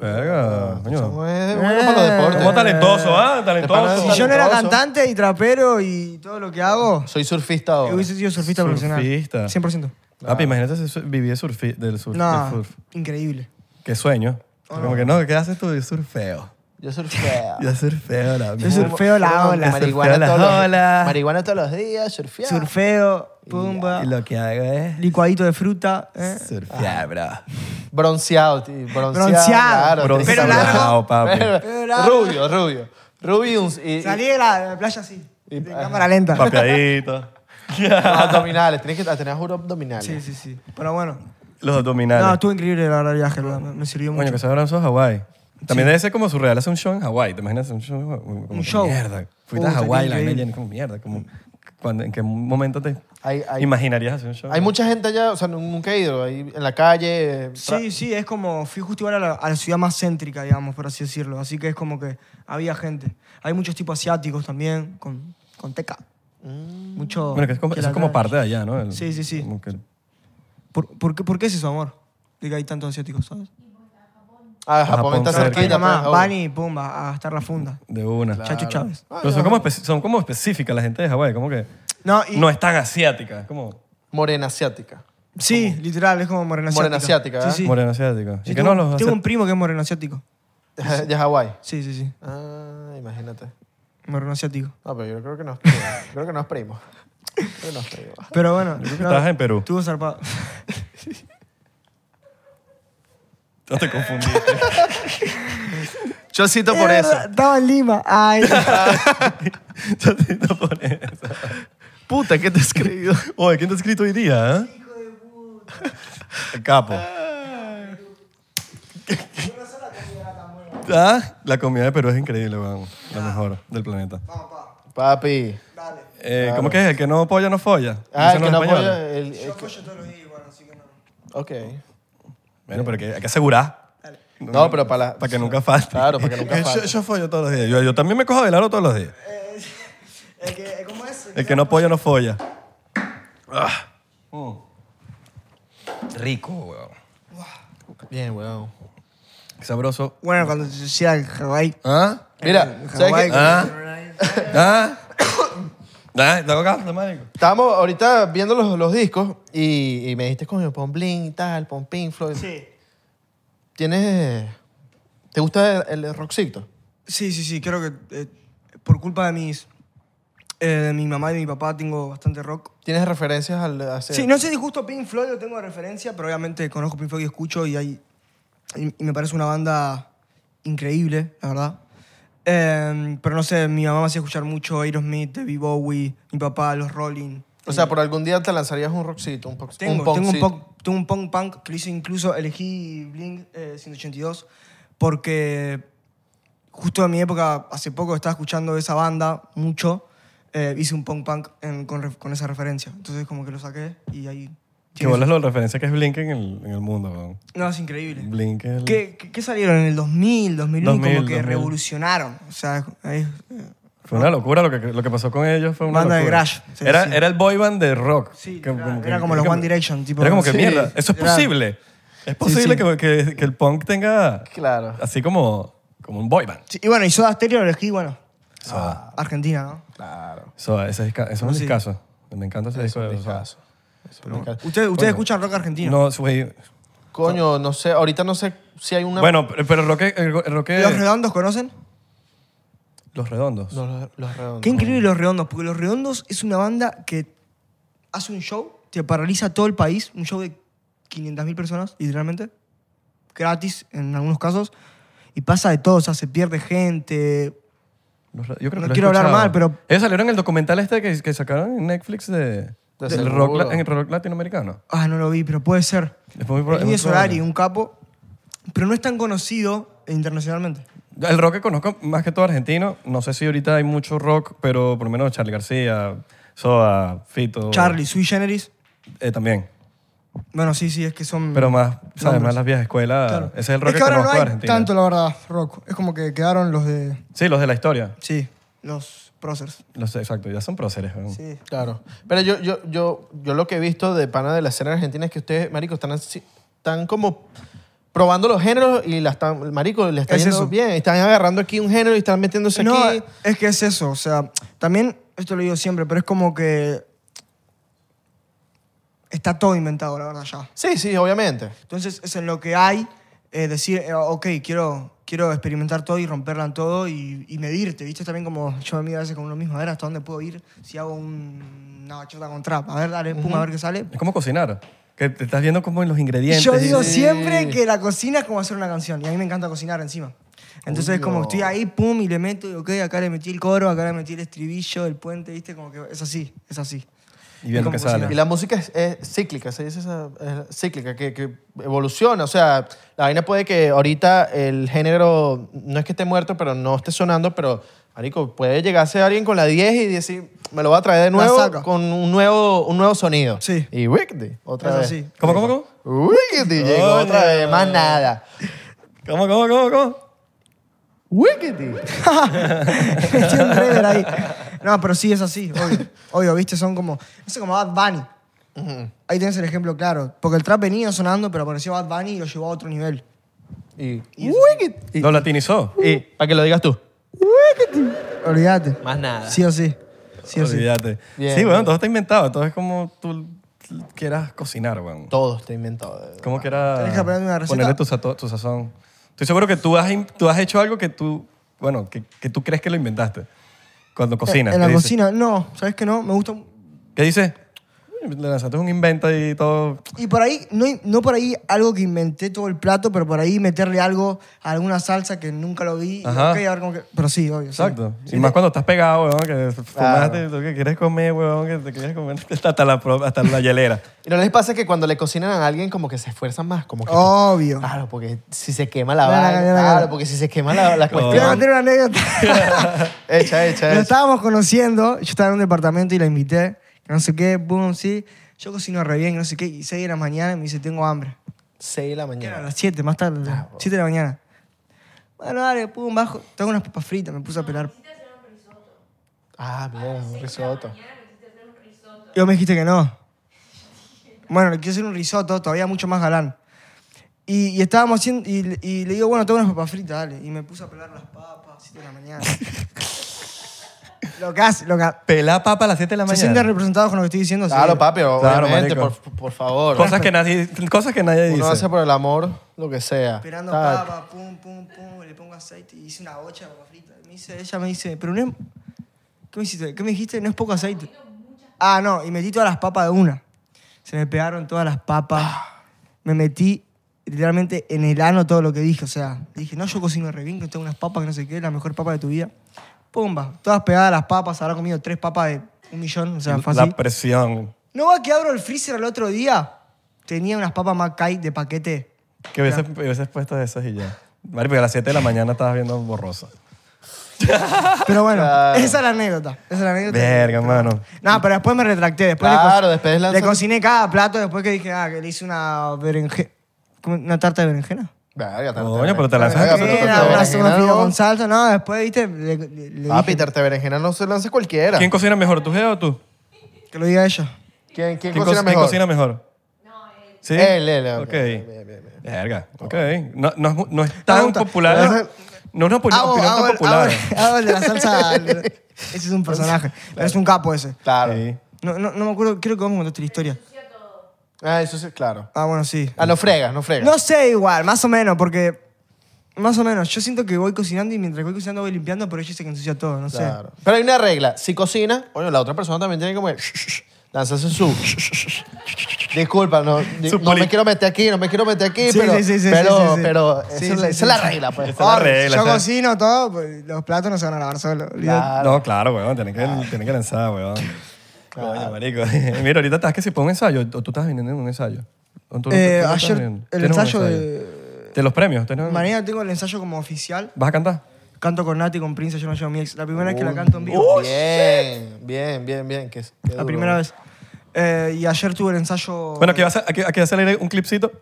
S1: Verga, coño.
S2: Eso es bueno para los deportes.
S3: Eh,
S1: Como talentoso, ¿ah?
S2: pana
S1: Talentoso.
S2: es
S3: Si yo no era
S2: talentoso.
S3: cantante y trapero y todo lo que hago,
S2: Soy surfista ahora.
S3: hubiese sido surfista,
S1: Surfista.
S3: profesional. 100%.
S1: Papi, imagínate si su- vivir surfi- del surf, del
S3: Ah. No,
S1: surf.
S3: increíble.
S1: Qué sueño. Como que no, ¿qué haces tú? Yo surfeo.
S2: Yo surfeo.
S1: Yo surfeo la
S3: Yo surfeo la
S2: Fumo
S3: ola.
S2: Marihuana
S1: Surfeo las
S2: todos los,
S1: olas.
S2: marihuana todos los días, surfear.
S3: Surfeo, pumba,
S1: Y lo que hago es
S3: licuadito de fruta. ¿eh? Ah.
S1: surfear, bro.
S2: Bronceado, tío. Bronceado.
S3: Bronceado.
S2: claro,
S1: Bronceado,
S2: tienes que saber.
S1: papi.
S3: Pero largo.
S2: Rubio, rubio. Rubio y un- y, y-
S3: Salí de la, de la playa así,
S2: Y-
S3: de cámara lenta.
S1: Papeadito.
S2: abdominales. Tienes que tener juro abdominales.
S3: Sí, sí, sí. Pero bueno.
S1: Los abdominales.
S3: No, estuvo increíble la verdad el viaje, la- me me sirvió mucho.
S1: Coño, que se abrazó a Hawái. También debe ser como surreal hace un show en Hawái. ¿Te imaginas un show? Como que,
S3: show.
S1: Mierda. Fuiste
S3: Puta,
S1: a
S3: qué
S1: Hawái, la vaina
S3: increíble.
S1: llena como mierda. Como, cuando, ¿En qué momento te
S2: Hay- hay-
S1: imaginarías hacer un show?
S2: Hay mucha gente allá, o sea, nunca he ido. ahí en la calle. eh, tra-
S3: Sí, sí, es como, fui justo igual a la, a la ciudad más céntrica, digamos, por así decirlo. Así que es como que había gente. Hay muchos tipos asiáticos también, con, con teca.
S2: Mm.
S3: Mucho...
S1: Bueno, que es como, eso es como parte de allá, ¿no? El-
S3: Sí, sí, sí.
S1: como que-
S3: ¿Por, por qué, por qué es eso, amor? De que hay tantos asiáticos, ¿sabes?
S2: Ah, Japón, está
S1: cerca.
S2: cerquita.
S3: Nada más,
S2: pues,
S3: van y pumba, a gastar la funda.
S1: De una.
S3: Chacho Chávez.
S2: Ah,
S1: Pero son, como espe- son como específicas la gente de Hawái, como que
S3: No, y,
S1: no es tan asiática, es como
S2: Morena asiática.
S3: sí, literal, es como moreno asiático.
S2: Moreno asiática, ¿eh?
S3: Sí, sí.
S1: morena asiática.
S3: Sí,
S1: ¿Y qué no
S3: tengo,
S1: los
S3: tengo
S1: hace-
S3: un primo que es moreno asiático.
S2: De Hawái.
S3: Sí, sí, sí.
S2: Ah, imagínate.
S3: Moreno asiático.
S2: No, pero yo creo que no es primo. creo que no es primo. Creo que no es primo.
S3: Pero bueno.
S1: que estabas en Perú.
S3: Estuvo zarpado.
S1: No te confundiste.
S2: Yo cito por eso.
S3: Mierda, Eh, Estaba en Lima. Ay.
S1: Yo te no por eso.
S2: Puta, ¿qué te he escrito?
S1: Oye, ¿quién te ha escrito hoy día? eh? El capo. Ah, la comida de Perú es increíble, weón.
S2: Ah.
S1: La mejor del planeta.
S2: Papi.
S1: Eh, ¿Cómo que es? El que no polla no folla.
S2: Ah, el
S1: Dicen
S2: que
S1: los
S2: no
S1: españoles.
S2: apoya. El, el que-
S3: todos los días igual, así que no.
S2: Ok.
S1: Bueno, pero que hay que asegurar.
S2: No, pero para la-
S1: Para que nunca falte.
S2: Claro, para que nunca
S1: Yo-
S2: falte.
S1: Yo, follo todos los días. Yo, yo también me cojo de lado todos los días.
S3: El que, ¿Cómo es?
S1: El que no polla no folla. Ah. Mm. Rico, weón.
S2: Bien, weón.
S1: Qué Sabroso.
S3: Bueno, cuando te decía el Hawái.
S1: ¿Ah?
S2: Mira,
S3: el
S2: ¿sabes
S3: Hawái,
S2: qué?
S1: ¿Ah? ¿Ah? ¿Ah? ¿Te hago caso, marico?
S2: Estábamos ahorita viendo los, los discos y, y me dijiste, coño, pon Blink y tal, pon Pink Floyd.
S3: Sí.
S2: ¿Tienes... ¿Te gusta el, el rockcito?
S3: Sí, sí, sí, creo que eh, por culpa de mis eh, de mi mamá y mi papá tengo bastante rock.
S2: ¿Tienes referencias al... a ese-
S3: Sí, no sé si justo Pink Floyd lo tengo de referencia, pero obviamente conozco Pink Floyd y escucho y hay y, y me parece una banda increíble, la verdad. Eh, pero no sé, mi mamá me hacía escuchar mucho Aerosmith, David Bowie, mi papá, los Rolling.
S2: O sea, por algún día te lanzarías un rockcito, un, pox-
S3: Tengo,
S2: un
S3: tengo, un
S2: punkcito.
S3: punk, tengo un punk punk que lo hice incluso, elegí Blink eh, 182 porque justo en mi época, hace poco estaba escuchando esa banda mucho, eh, hice un punk punk en- con, ref- con esa referencia. Entonces como que lo saqué y ahí...
S1: Que bolas la referencia que es Blink en el, en el mundo, weón.
S3: No, es increíble.
S1: Blink es el...
S3: ¿Qué, qué, qué salieron en el 2000, 2001?
S1: 2000,
S3: como que
S1: 2000.
S3: revolucionaron. O sea, ahí-
S1: Fue una locura lo que, lo que pasó con ellos. Fue una
S3: Banda de
S1: locura.
S3: grunge, sí,
S1: era,
S3: sí.
S1: era el boy band de rock.
S3: Sí,
S1: Que-
S3: era- era como los One Direction, tipo-
S1: Era como que
S3: Sí,
S1: mierda. Eso es
S3: era-
S1: posible. Es posible
S3: sí.
S1: que- Que, que el punk tenga
S2: Claro.
S1: así como, como un boy band.
S3: sí, y bueno, y Soda Stereo lo elegí, bueno,
S1: Soda.
S3: Argentina, ¿no?
S2: Claro.
S1: Soda, ese disca- eso es un
S3: Ah. sí.
S1: discazo. Me encanta ese disco de Soda.
S2: Discazo. Me encanta.
S3: Ustedes, ustedes escuchan rock argentino.
S1: No, güey.
S2: Coño, no sé, ahorita no sé si hay una...
S1: Bueno, pero pero rock, el ro- el rock-
S3: ¿Los redondos conocen?
S1: Los redondos.
S2: No, los, los redondos.
S3: Qué increíble Los Redondos, porque Los Redondos es una banda que hace un show, te paraliza todo el país, un show de 500.000 personas, literalmente, gratis en algunos casos, y pasa de todo, o sea, se pierde gente.
S1: Los re- yo creo
S3: No
S1: que lo he
S3: quiero hablar
S1: escuchado.
S3: mal, pero-
S1: Ellos salieron en el documental este que, que sacaron en Netflix de,
S2: De
S1: del
S2: seguro.
S1: rock, la- en el rock latinoamericano.
S3: Ah, no lo vi, pero puede ser.
S1: Es muy proba- es muy
S3: Luis Solari,
S1: probable.
S3: un capo, pero no es tan conocido internacionalmente.
S1: El rock que conozco más que todo argentino, no sé si ahorita hay mucho rock, pero por lo menos Charlie García, Soda, Fito.
S3: Charlie, Sui Generis,
S1: eh, también.
S3: bueno, sí, sí, es que son...
S1: Pero más, ¿sabes?
S3: nombres.
S1: Más las viejas escuelas.
S3: Claro.
S1: Ese es el rock que,
S3: ahora
S1: conozco
S3: no
S1: de
S3: hay
S1: Argentina.
S3: tanto, la verdad, rock. Es como que quedaron los de...
S1: Sí, los de la historia.
S3: Sí, los Procers.
S1: Los, exacto, ya son próceres. weón.
S3: Sí.
S2: Claro. Pero yo, yo, yo, yo lo que he visto de pana de la escena argentina es que ustedes, marico, están, así- están como probando los géneros y la están, marico, le está
S3: Es
S2: yendo
S3: eso.
S2: bien. Están agarrando aquí un género y están metiéndose
S3: No, eh.
S2: aquí.
S3: es que es eso. O sea, también, esto lo digo siempre, pero es como que está todo inventado, la verdad, ya.
S2: Sí, sí, obviamente.
S3: Entonces, es en lo que hay eh, decir, eh, ok, quiero, quiero experimentar todo y romperla en todo y, y medirte, ¿viste? También como yo me mido a veces con uno mismo, a ver hasta dónde puedo ir si hago un- una bachata con trap. A ver, dale, pum, a ver qué sale.
S1: Es como cocinar. Que te estás viendo como en los
S3: Y
S1: ingredientes.
S3: yo digo
S1: y-
S3: siempre que la cocina es como hacer una canción. Y a mí me encanta cocinar encima. Entonces es como estoy ahí, pum, y le meto, y ok, acá le metí el coro, acá le metí el estribillo, el puente, ¿viste? Como que es así, es así.
S1: Y viendo
S3: Es como
S1: qué sale.
S3: cocinar.
S2: Y la música es, es cíclica, se dice esa es cíclica, que, que evoluciona. O sea, la vaina puede que ahorita el género no es que esté muerto, pero no esté sonando, pero, marico, puede llegarse alguien con la 10 y decir, me lo va a traer de nuevo
S3: saca.
S2: con un nuevo, un nuevo sonido.
S3: Sí.
S2: Y Wickedy, otra
S3: Es
S2: vez.
S3: así.
S1: ¿Cómo, cómo, cómo?
S2: Wickedy llegó
S1: Coño.
S2: otra vez, más nada.
S1: ¿Cómo, cómo, cómo, cómo?
S2: Wickedy.
S3: Estoy en Rever ahí. No, pero sí es así, obvio. Obvio, ¿viste? Son como, eso como Bad Bunny. Ahí tenés el ejemplo claro. Porque el trap venía sonando, pero apareció Bad Bunny y lo llevó a otro nivel.
S2: Y,
S1: Lo latinizó.
S2: y- para que lo digas tú.
S3: Olvídate.
S2: Más nada.
S3: Sí o sí. Sí o sí.
S1: Olvídate.
S2: Bien,
S1: sí, bueno,
S2: bien.
S1: todo está inventado. Todo es como tú quieras cocinar, weón.
S2: Todo está inventado.
S1: Como quieras
S3: Tienes que aprender una receta.
S1: ponerle tu, sato- tu sazón. Estoy seguro que tú has, in- tú has hecho algo que tú, bueno, que, que tú crees que lo inventaste. Cuando cocinas.
S3: Eh, En
S1: ¿qué
S3: la
S1: dices?
S3: cocina, no. ¿Sabes qué no? Me gusta.
S1: ¿Qué dices? Le lanzaste un invento y todo.
S3: Y por ahí, no, no por ahí algo que inventé todo el plato, pero por ahí meterle algo, alguna salsa que nunca lo vi. y,
S1: Ajá.
S3: ok, a ver cómo que- pero sí, obvio. sí.
S1: Exacto. Y más cuando estás pegado, weón, que fumaste, tú que quieres comer, weón, que te quieres comer hasta la, pro- hasta la hielera.
S2: Y no les pasa que cuando le cocinan a alguien como que se esfuerzan más, como
S3: Oh,
S2: que...
S3: Obvio.
S1: Ah,
S2: Claro, porque si se quema la
S3: Mira la
S2: vaina,
S3: cara, mira la
S2: claro,
S3: cara.
S2: porque si se quema la, la
S3: Voy a
S1: ah.
S2: cuestión.
S3: contar una anécdota.
S2: Echa, echa,
S3: Nos
S2: echa.
S3: estábamos conociendo, yo estaba en un departamento y la invité, que no sé qué, boom, sí. Yo cocino re bien, que no sé qué, y 6 de la mañana me dice, tengo hambre.
S2: Seis de la
S3: Era a
S2: mañana.
S3: las 7, más tarde,
S1: Ah,
S3: 7 de la mañana. Bueno, dale, pum, bajo, tengo unas papas fritas, me puse a pelar.
S2: Ah, mierda, un risotto.
S3: Yo me dijiste que no. Bueno, le quiero hacer un risotto, todavía mucho más galán. Y, y estábamos haciendo, y, le- y le digo, bueno, tengo unas papas fritas, dale. Y me puse a pelar las papas, 7 de la mañana. lo que hace, lo que ha-
S1: Pelá papa a las 7 de la
S3: ¿Se
S1: mañana.
S3: sienten representados con lo que estoy diciendo?
S2: Claro,
S3: Sí.
S2: papi,
S1: Claro,
S2: obviamente,
S1: marico.
S2: por, por favor.
S1: Cosas que nadie, cosas que nadie dice.
S2: Uno hace por el amor lo que sea.
S3: Esperando
S2: Tal.
S3: papa, pum, pum, pum, le pongo aceite y hice una bocha de papa frita. Me dice, ella me dice, pero no es... ¿Qué me hiciste? ¿Qué me dijiste? No es poco aceite. Ah, no, y metí todas las papas de una. Se me pegaron todas las papas. Me metí literalmente en el ano todo lo que dije. O sea, dije, no, yo cocino re bien, que tengo unas papas que no sé qué, la mejor papa de tu vida. Pumba, todas pegadas las papas, habrá comido tres papas de un millón, o sea, fácil.
S1: La presión.
S3: No va que abro el freezer el otro día. Tenía unas papas Macay de paquete.
S1: Que hubieses, hubieses puesto de esas y ya. Marico, a las 7 de la mañana estabas viendo borrosa.
S3: Pero bueno,
S2: Claro.
S3: esa es la anécdota. Esa es la anécdota.
S1: Verga, mano.
S3: No, pero después me retracté. Después
S2: Claro,
S3: le co-
S2: después lanzan-
S3: Le cociné cada plato después que dije, ah, que le hice una berenjena. ¿Una tarta de berenjena?
S2: Verga, tarta
S1: Coño,
S2: de
S1: pero te
S2: berenjena.
S1: lanzas en
S2: Verga,
S1: tu
S2: pero
S3: Berenjena,
S2: tarta de
S3: una
S2: berenjena,
S3: sopa frita
S2: ¿no?
S3: con salsa. No, después, viste, le, le- le
S2: Papi,
S3: dije
S2: tarta de berenjena no se lanza cualquiera.
S1: ¿Quién cocina mejor, tu jefe o tú?
S3: que lo diga ella.
S2: ¿Quién, quién
S1: ¿Quién,
S2: cocina
S1: co- quién
S2: mejor?
S1: cocina mejor? ¿Sí?
S2: Él, él, él,
S1: Ok.
S2: ok, bien, bien, bien.
S1: Verga, ok. No, no es mu- no es tan
S3: gusta.
S1: popular. No es una
S2: Ah,
S1: opinión,
S3: Hago,
S1: opinión
S3: hago,
S1: tan
S3: el-
S1: popular.
S3: hago el- hago el de la salsa. Ese es un personaje. Pero es un capo ese.
S2: Claro.
S1: Sí.
S3: No, no, no me acuerdo, creo que vos me contaste la historia.
S2: Ah, eso sí, claro.
S3: Ah, bueno, sí.
S2: Ah, no fregas, no fregas.
S3: No sé, igual, más o menos, porque. Más o menos, yo siento que voy cocinando y mientras voy cocinando voy limpiando, pero ella dice que ensucia todo, no
S2: Claro. Pero hay una regla. Si cocina, oye, la otra persona también tiene que comer. Lanzarse su. Disculpa, no, di-
S1: Su
S2: no
S1: poli-
S2: me quiero meter aquí, no me quiero meter aquí,
S3: Sí,
S2: pero.
S3: sí, sí, sí,
S2: pero,
S3: sí, sí, sí.
S2: pero esa,
S3: Sí,
S2: es la-
S3: sí,
S2: esa
S3: sí.
S2: es la regla, pues.
S1: Esa es la
S2: Ahora,
S1: regla.
S3: sé. Yo
S1: está-
S3: cocino todo, pues, los platos no se van a lavar solos. olvídate.
S2: Claro.
S1: No, claro, weón. Tienen que, tienen que lanzar, weón. Coño, marico. Mira, ahorita estás que si por un ensayo. O tú estás viniendo en un ensayo. ¿O tú-
S3: Eh,
S1: tú no estás
S3: ayer
S1: viniendo?
S3: el
S1: ¿Tienes un
S3: ensayo de-
S1: De los premios. ¿tienes un-
S3: Mañana tengo el ensayo como oficial.
S1: ¿Vas a cantar?
S3: Canto con Nati, con Prince, yo no llevo mi ex. La primera vez que
S2: Oh,
S3: la canto en vivo.
S2: bien, bien, bien, bien. Que, que
S3: la
S2: duro.
S3: primera vez. Eh, y ayer tuve el ensayo.
S1: Bueno, aquí va, a, sa- aquí, aquí va a salir un clipcito.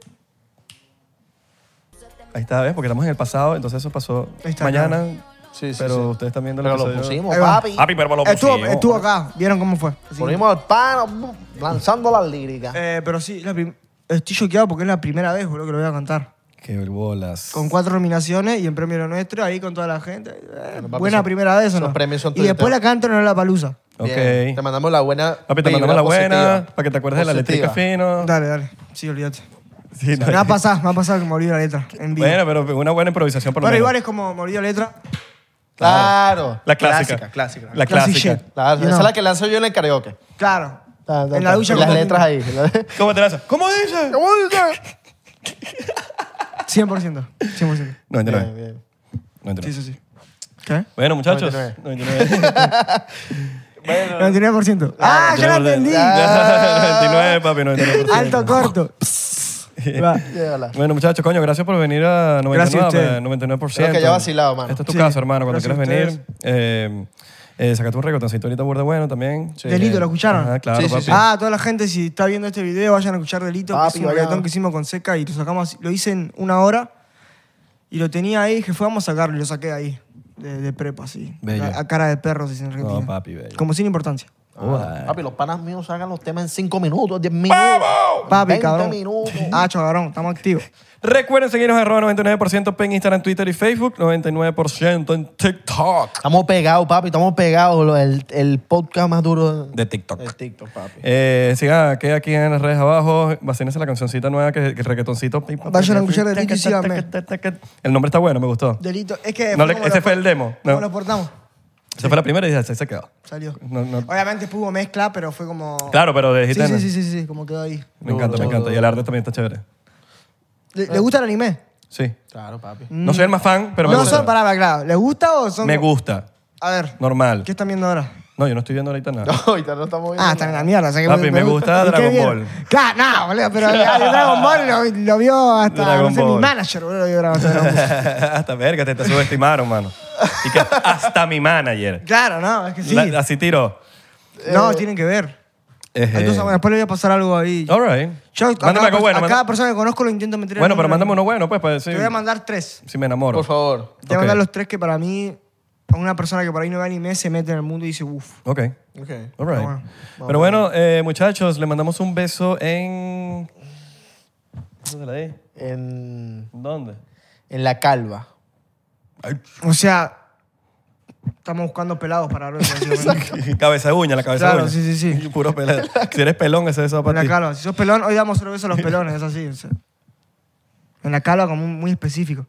S1: Ahí está, ¿ves? Porque estamos en el pasado, entonces eso pasó
S3: Ahí está,
S1: mañana.
S2: Sí, sí,
S1: pero
S2: sí.
S1: ustedes están viendo
S2: Pero
S1: el
S2: lo
S1: episodio.
S2: pusimos,
S3: Ahí va.
S2: papi.
S1: Papi, pero Ah, lo
S3: estuvo,
S1: pusimos.
S3: estuvo acá, vieron cómo fue. Así que-
S2: Ponimos al pan, lanzando las líricas.
S3: Eh, pero sí, la prim- estoy choqueado porque es la primera vez, boludo, que lo voy a cantar.
S1: Qué bolas.
S3: Con cuatro nominaciones y en premio lo nuestro, ahí con toda la gente. Eh,
S2: papi,
S3: buena
S2: esos-
S3: primera vez, ¿o
S2: esos
S3: no?
S2: premios son
S3: y después
S2: tuyos.
S3: la canto en la palusa.
S1: Ok.
S2: Bien. Te mandamos la buena.
S1: Papi, te
S2: vibra
S1: mandamos la buena,
S2: positiva.
S1: para que te acuerdes de la
S2: Positiva.
S1: letrica fino.
S3: Dale, dale. Sí, olvídate.
S1: Sí, no-
S3: Me va a pasar, me va a pasar que me olvido la letra. En vivo.
S1: bueno, pero una buena improvisación por lo
S3: pero
S1: menos.
S3: igual es como me olvido la letra.
S2: Claro.
S1: La clásica.
S2: Clásica,
S1: La
S2: clásica.
S3: Classic
S1: clásica.
S3: shit.
S2: Claro,
S3: You
S2: esa es
S3: know.
S2: la que lanzo yo en el karaoke.
S3: Claro.
S2: Ta, ta,
S3: en la
S2: ta.
S3: ducha.
S2: Y Las
S3: cuando-
S2: letras ahí.
S1: ¿Cómo te lanzas? ¿Cómo dices?
S2: ¿Cómo dice?
S3: 100%. 100%.
S1: 99.
S2: Bien, bien.
S3: Sí,
S1: 99.
S3: sí, sí. ¿Qué?
S1: Bueno, muchachos. 99.
S2: Bueno.
S3: 99%. ¡Ah, ya la entendí!
S1: 99, papi, 99%.
S3: Alto corto. Va.
S2: Llegala.
S1: Bueno, muchachos, coño, gracias por venir a 99%.
S3: Gracias a ustedes.
S1: 99%.
S2: Creo que ya vacilado, mano.
S1: Este es tu
S3: Sí,
S1: caso, hermano. Cuando
S3: gracias
S1: quieras
S3: a
S1: venir, eh, eh, sacate un reggaetoncito ahorita burda bueno también.
S3: Delito, ¿lo escucharon?
S1: Ajá, claro,
S2: Sí, sí,
S1: papi.
S2: sí.
S3: Ah, toda la gente, si está viendo este video, vayan a escuchar Delito,
S2: Papi,
S3: que es un
S2: vayan.
S3: reggaetón que hicimos con Seca y lo sacamos, así- lo hice en una hora y lo tenía ahí, dije, fue, vamos a sacarlo y lo saqué de ahí, de, de prepa, así.
S1: Bello.
S3: A, a cara de perros, dicen en Argentina.
S1: No, papi, bello.
S3: Como sin importancia.
S1: Joda.
S2: Papi, los panas míos sacan los temas en 5 minutos, 10 minutos.
S3: Papi,
S2: 20
S3: cabrón.
S2: minutos.
S3: Hacho, cabrón, estamos activos.
S1: Recuerden seguirnos en arroba 99% en Instagram, Twitter y Facebook, 99% en TikTok.
S2: Estamos pegados, papi, estamos pegados. Lo- El, el podcast más duro
S1: De TikTok.
S2: de TikTok, papi.
S1: Eh, sigan que aquí en las redes abajo. Vacínense la cancioncita nueva, que, que el reggaetoncito.
S3: Vayan a escuchar el link y síganme.
S1: El nombre está bueno, me gustó.
S3: Delito. Es que.
S1: No
S3: fue
S1: le-
S3: como
S1: ese
S3: lo-
S1: fue el demo,
S3: como
S1: no.
S3: lo portamos?
S1: Esa fue la primera y así se quedó.
S3: Salió.
S1: No, no.
S3: Obviamente hubo mezcla, pero fue como.
S1: Claro, pero de
S3: Sí,
S1: gitana.
S3: sí, sí, sí, sí, como quedó ahí.
S1: Me encanta, me encanta. Y el arte también está chévere.
S3: ¿Le, le gusta el anime?
S1: Sí.
S2: Claro, papi.
S1: No soy el más fan, pero me
S3: Mm. no
S1: gusta.
S3: son palabras, claro. ¿Le gusta o son.?
S1: Me gusta.
S3: A ver.
S1: Normal.
S3: ¿Qué están viendo ahora?
S1: No, yo no estoy viendo ahorita nada.
S2: Ahorita no estamos viendo
S3: Ah, están en la mierda. o sea que
S1: Papi, me gusta
S3: ¿Y qué
S1: Dragon
S3: vieron?
S1: Ball.
S3: Claro, no, boludo, pero el Dragon Ball lo, lo vio hasta
S1: Dragon
S3: no sé, mi
S1: Ball.
S3: manager, boludo, lo vio Dragon Ball.
S1: hasta verga, te, te subestimaron, mano. Y que hasta mi manager.
S3: Claro, no, es que sí.
S1: La- así tiró.
S3: no, tienen que ver.
S1: Eje.
S3: Entonces, bueno, después le voy a pasar algo ahí.
S1: All right.
S3: Yo a cada,
S1: mándame algo
S3: pers-
S1: bueno.
S3: a
S1: manda-
S3: cada persona que conozco lo intento meter. en
S1: Bueno,
S3: el
S1: pero
S3: número.
S1: mándame uno bueno, pues, para decir.
S3: Te voy a mandar tres.
S1: Si me enamoro.
S2: Por favor.
S3: Te voy a
S1: Ok.
S3: mandar los tres que para mí, a una persona que por ahí no ve anime se mete en el mundo y dice, uff.
S1: Ok.
S2: Ok.
S1: All right.
S3: bueno,
S1: Pero bueno, eh, muchachos, le mandamos un beso en. ¿Dónde la di?
S2: En,
S1: ¿Dónde?
S2: en La Calva.
S3: O sea, estamos buscando pelados para hablar de eso.
S1: cabeza de uña, la cabeza
S3: Claro,
S1: de uña.
S3: sí, sí, sí.
S1: Puro pelón. si eres pelón, ese beso va
S3: En
S1: para
S3: la
S1: ti.
S3: calva. Si sos pelón, hoy damos solo besos a los pelones, es así. o sea. En la calva, como muy específico.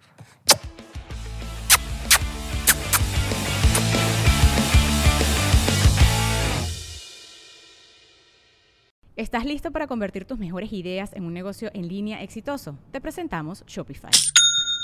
S6: ¿Estás listo para convertir tus mejores ideas en un negocio en línea exitoso? Te presentamos Shopify.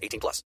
S4: 18 plus.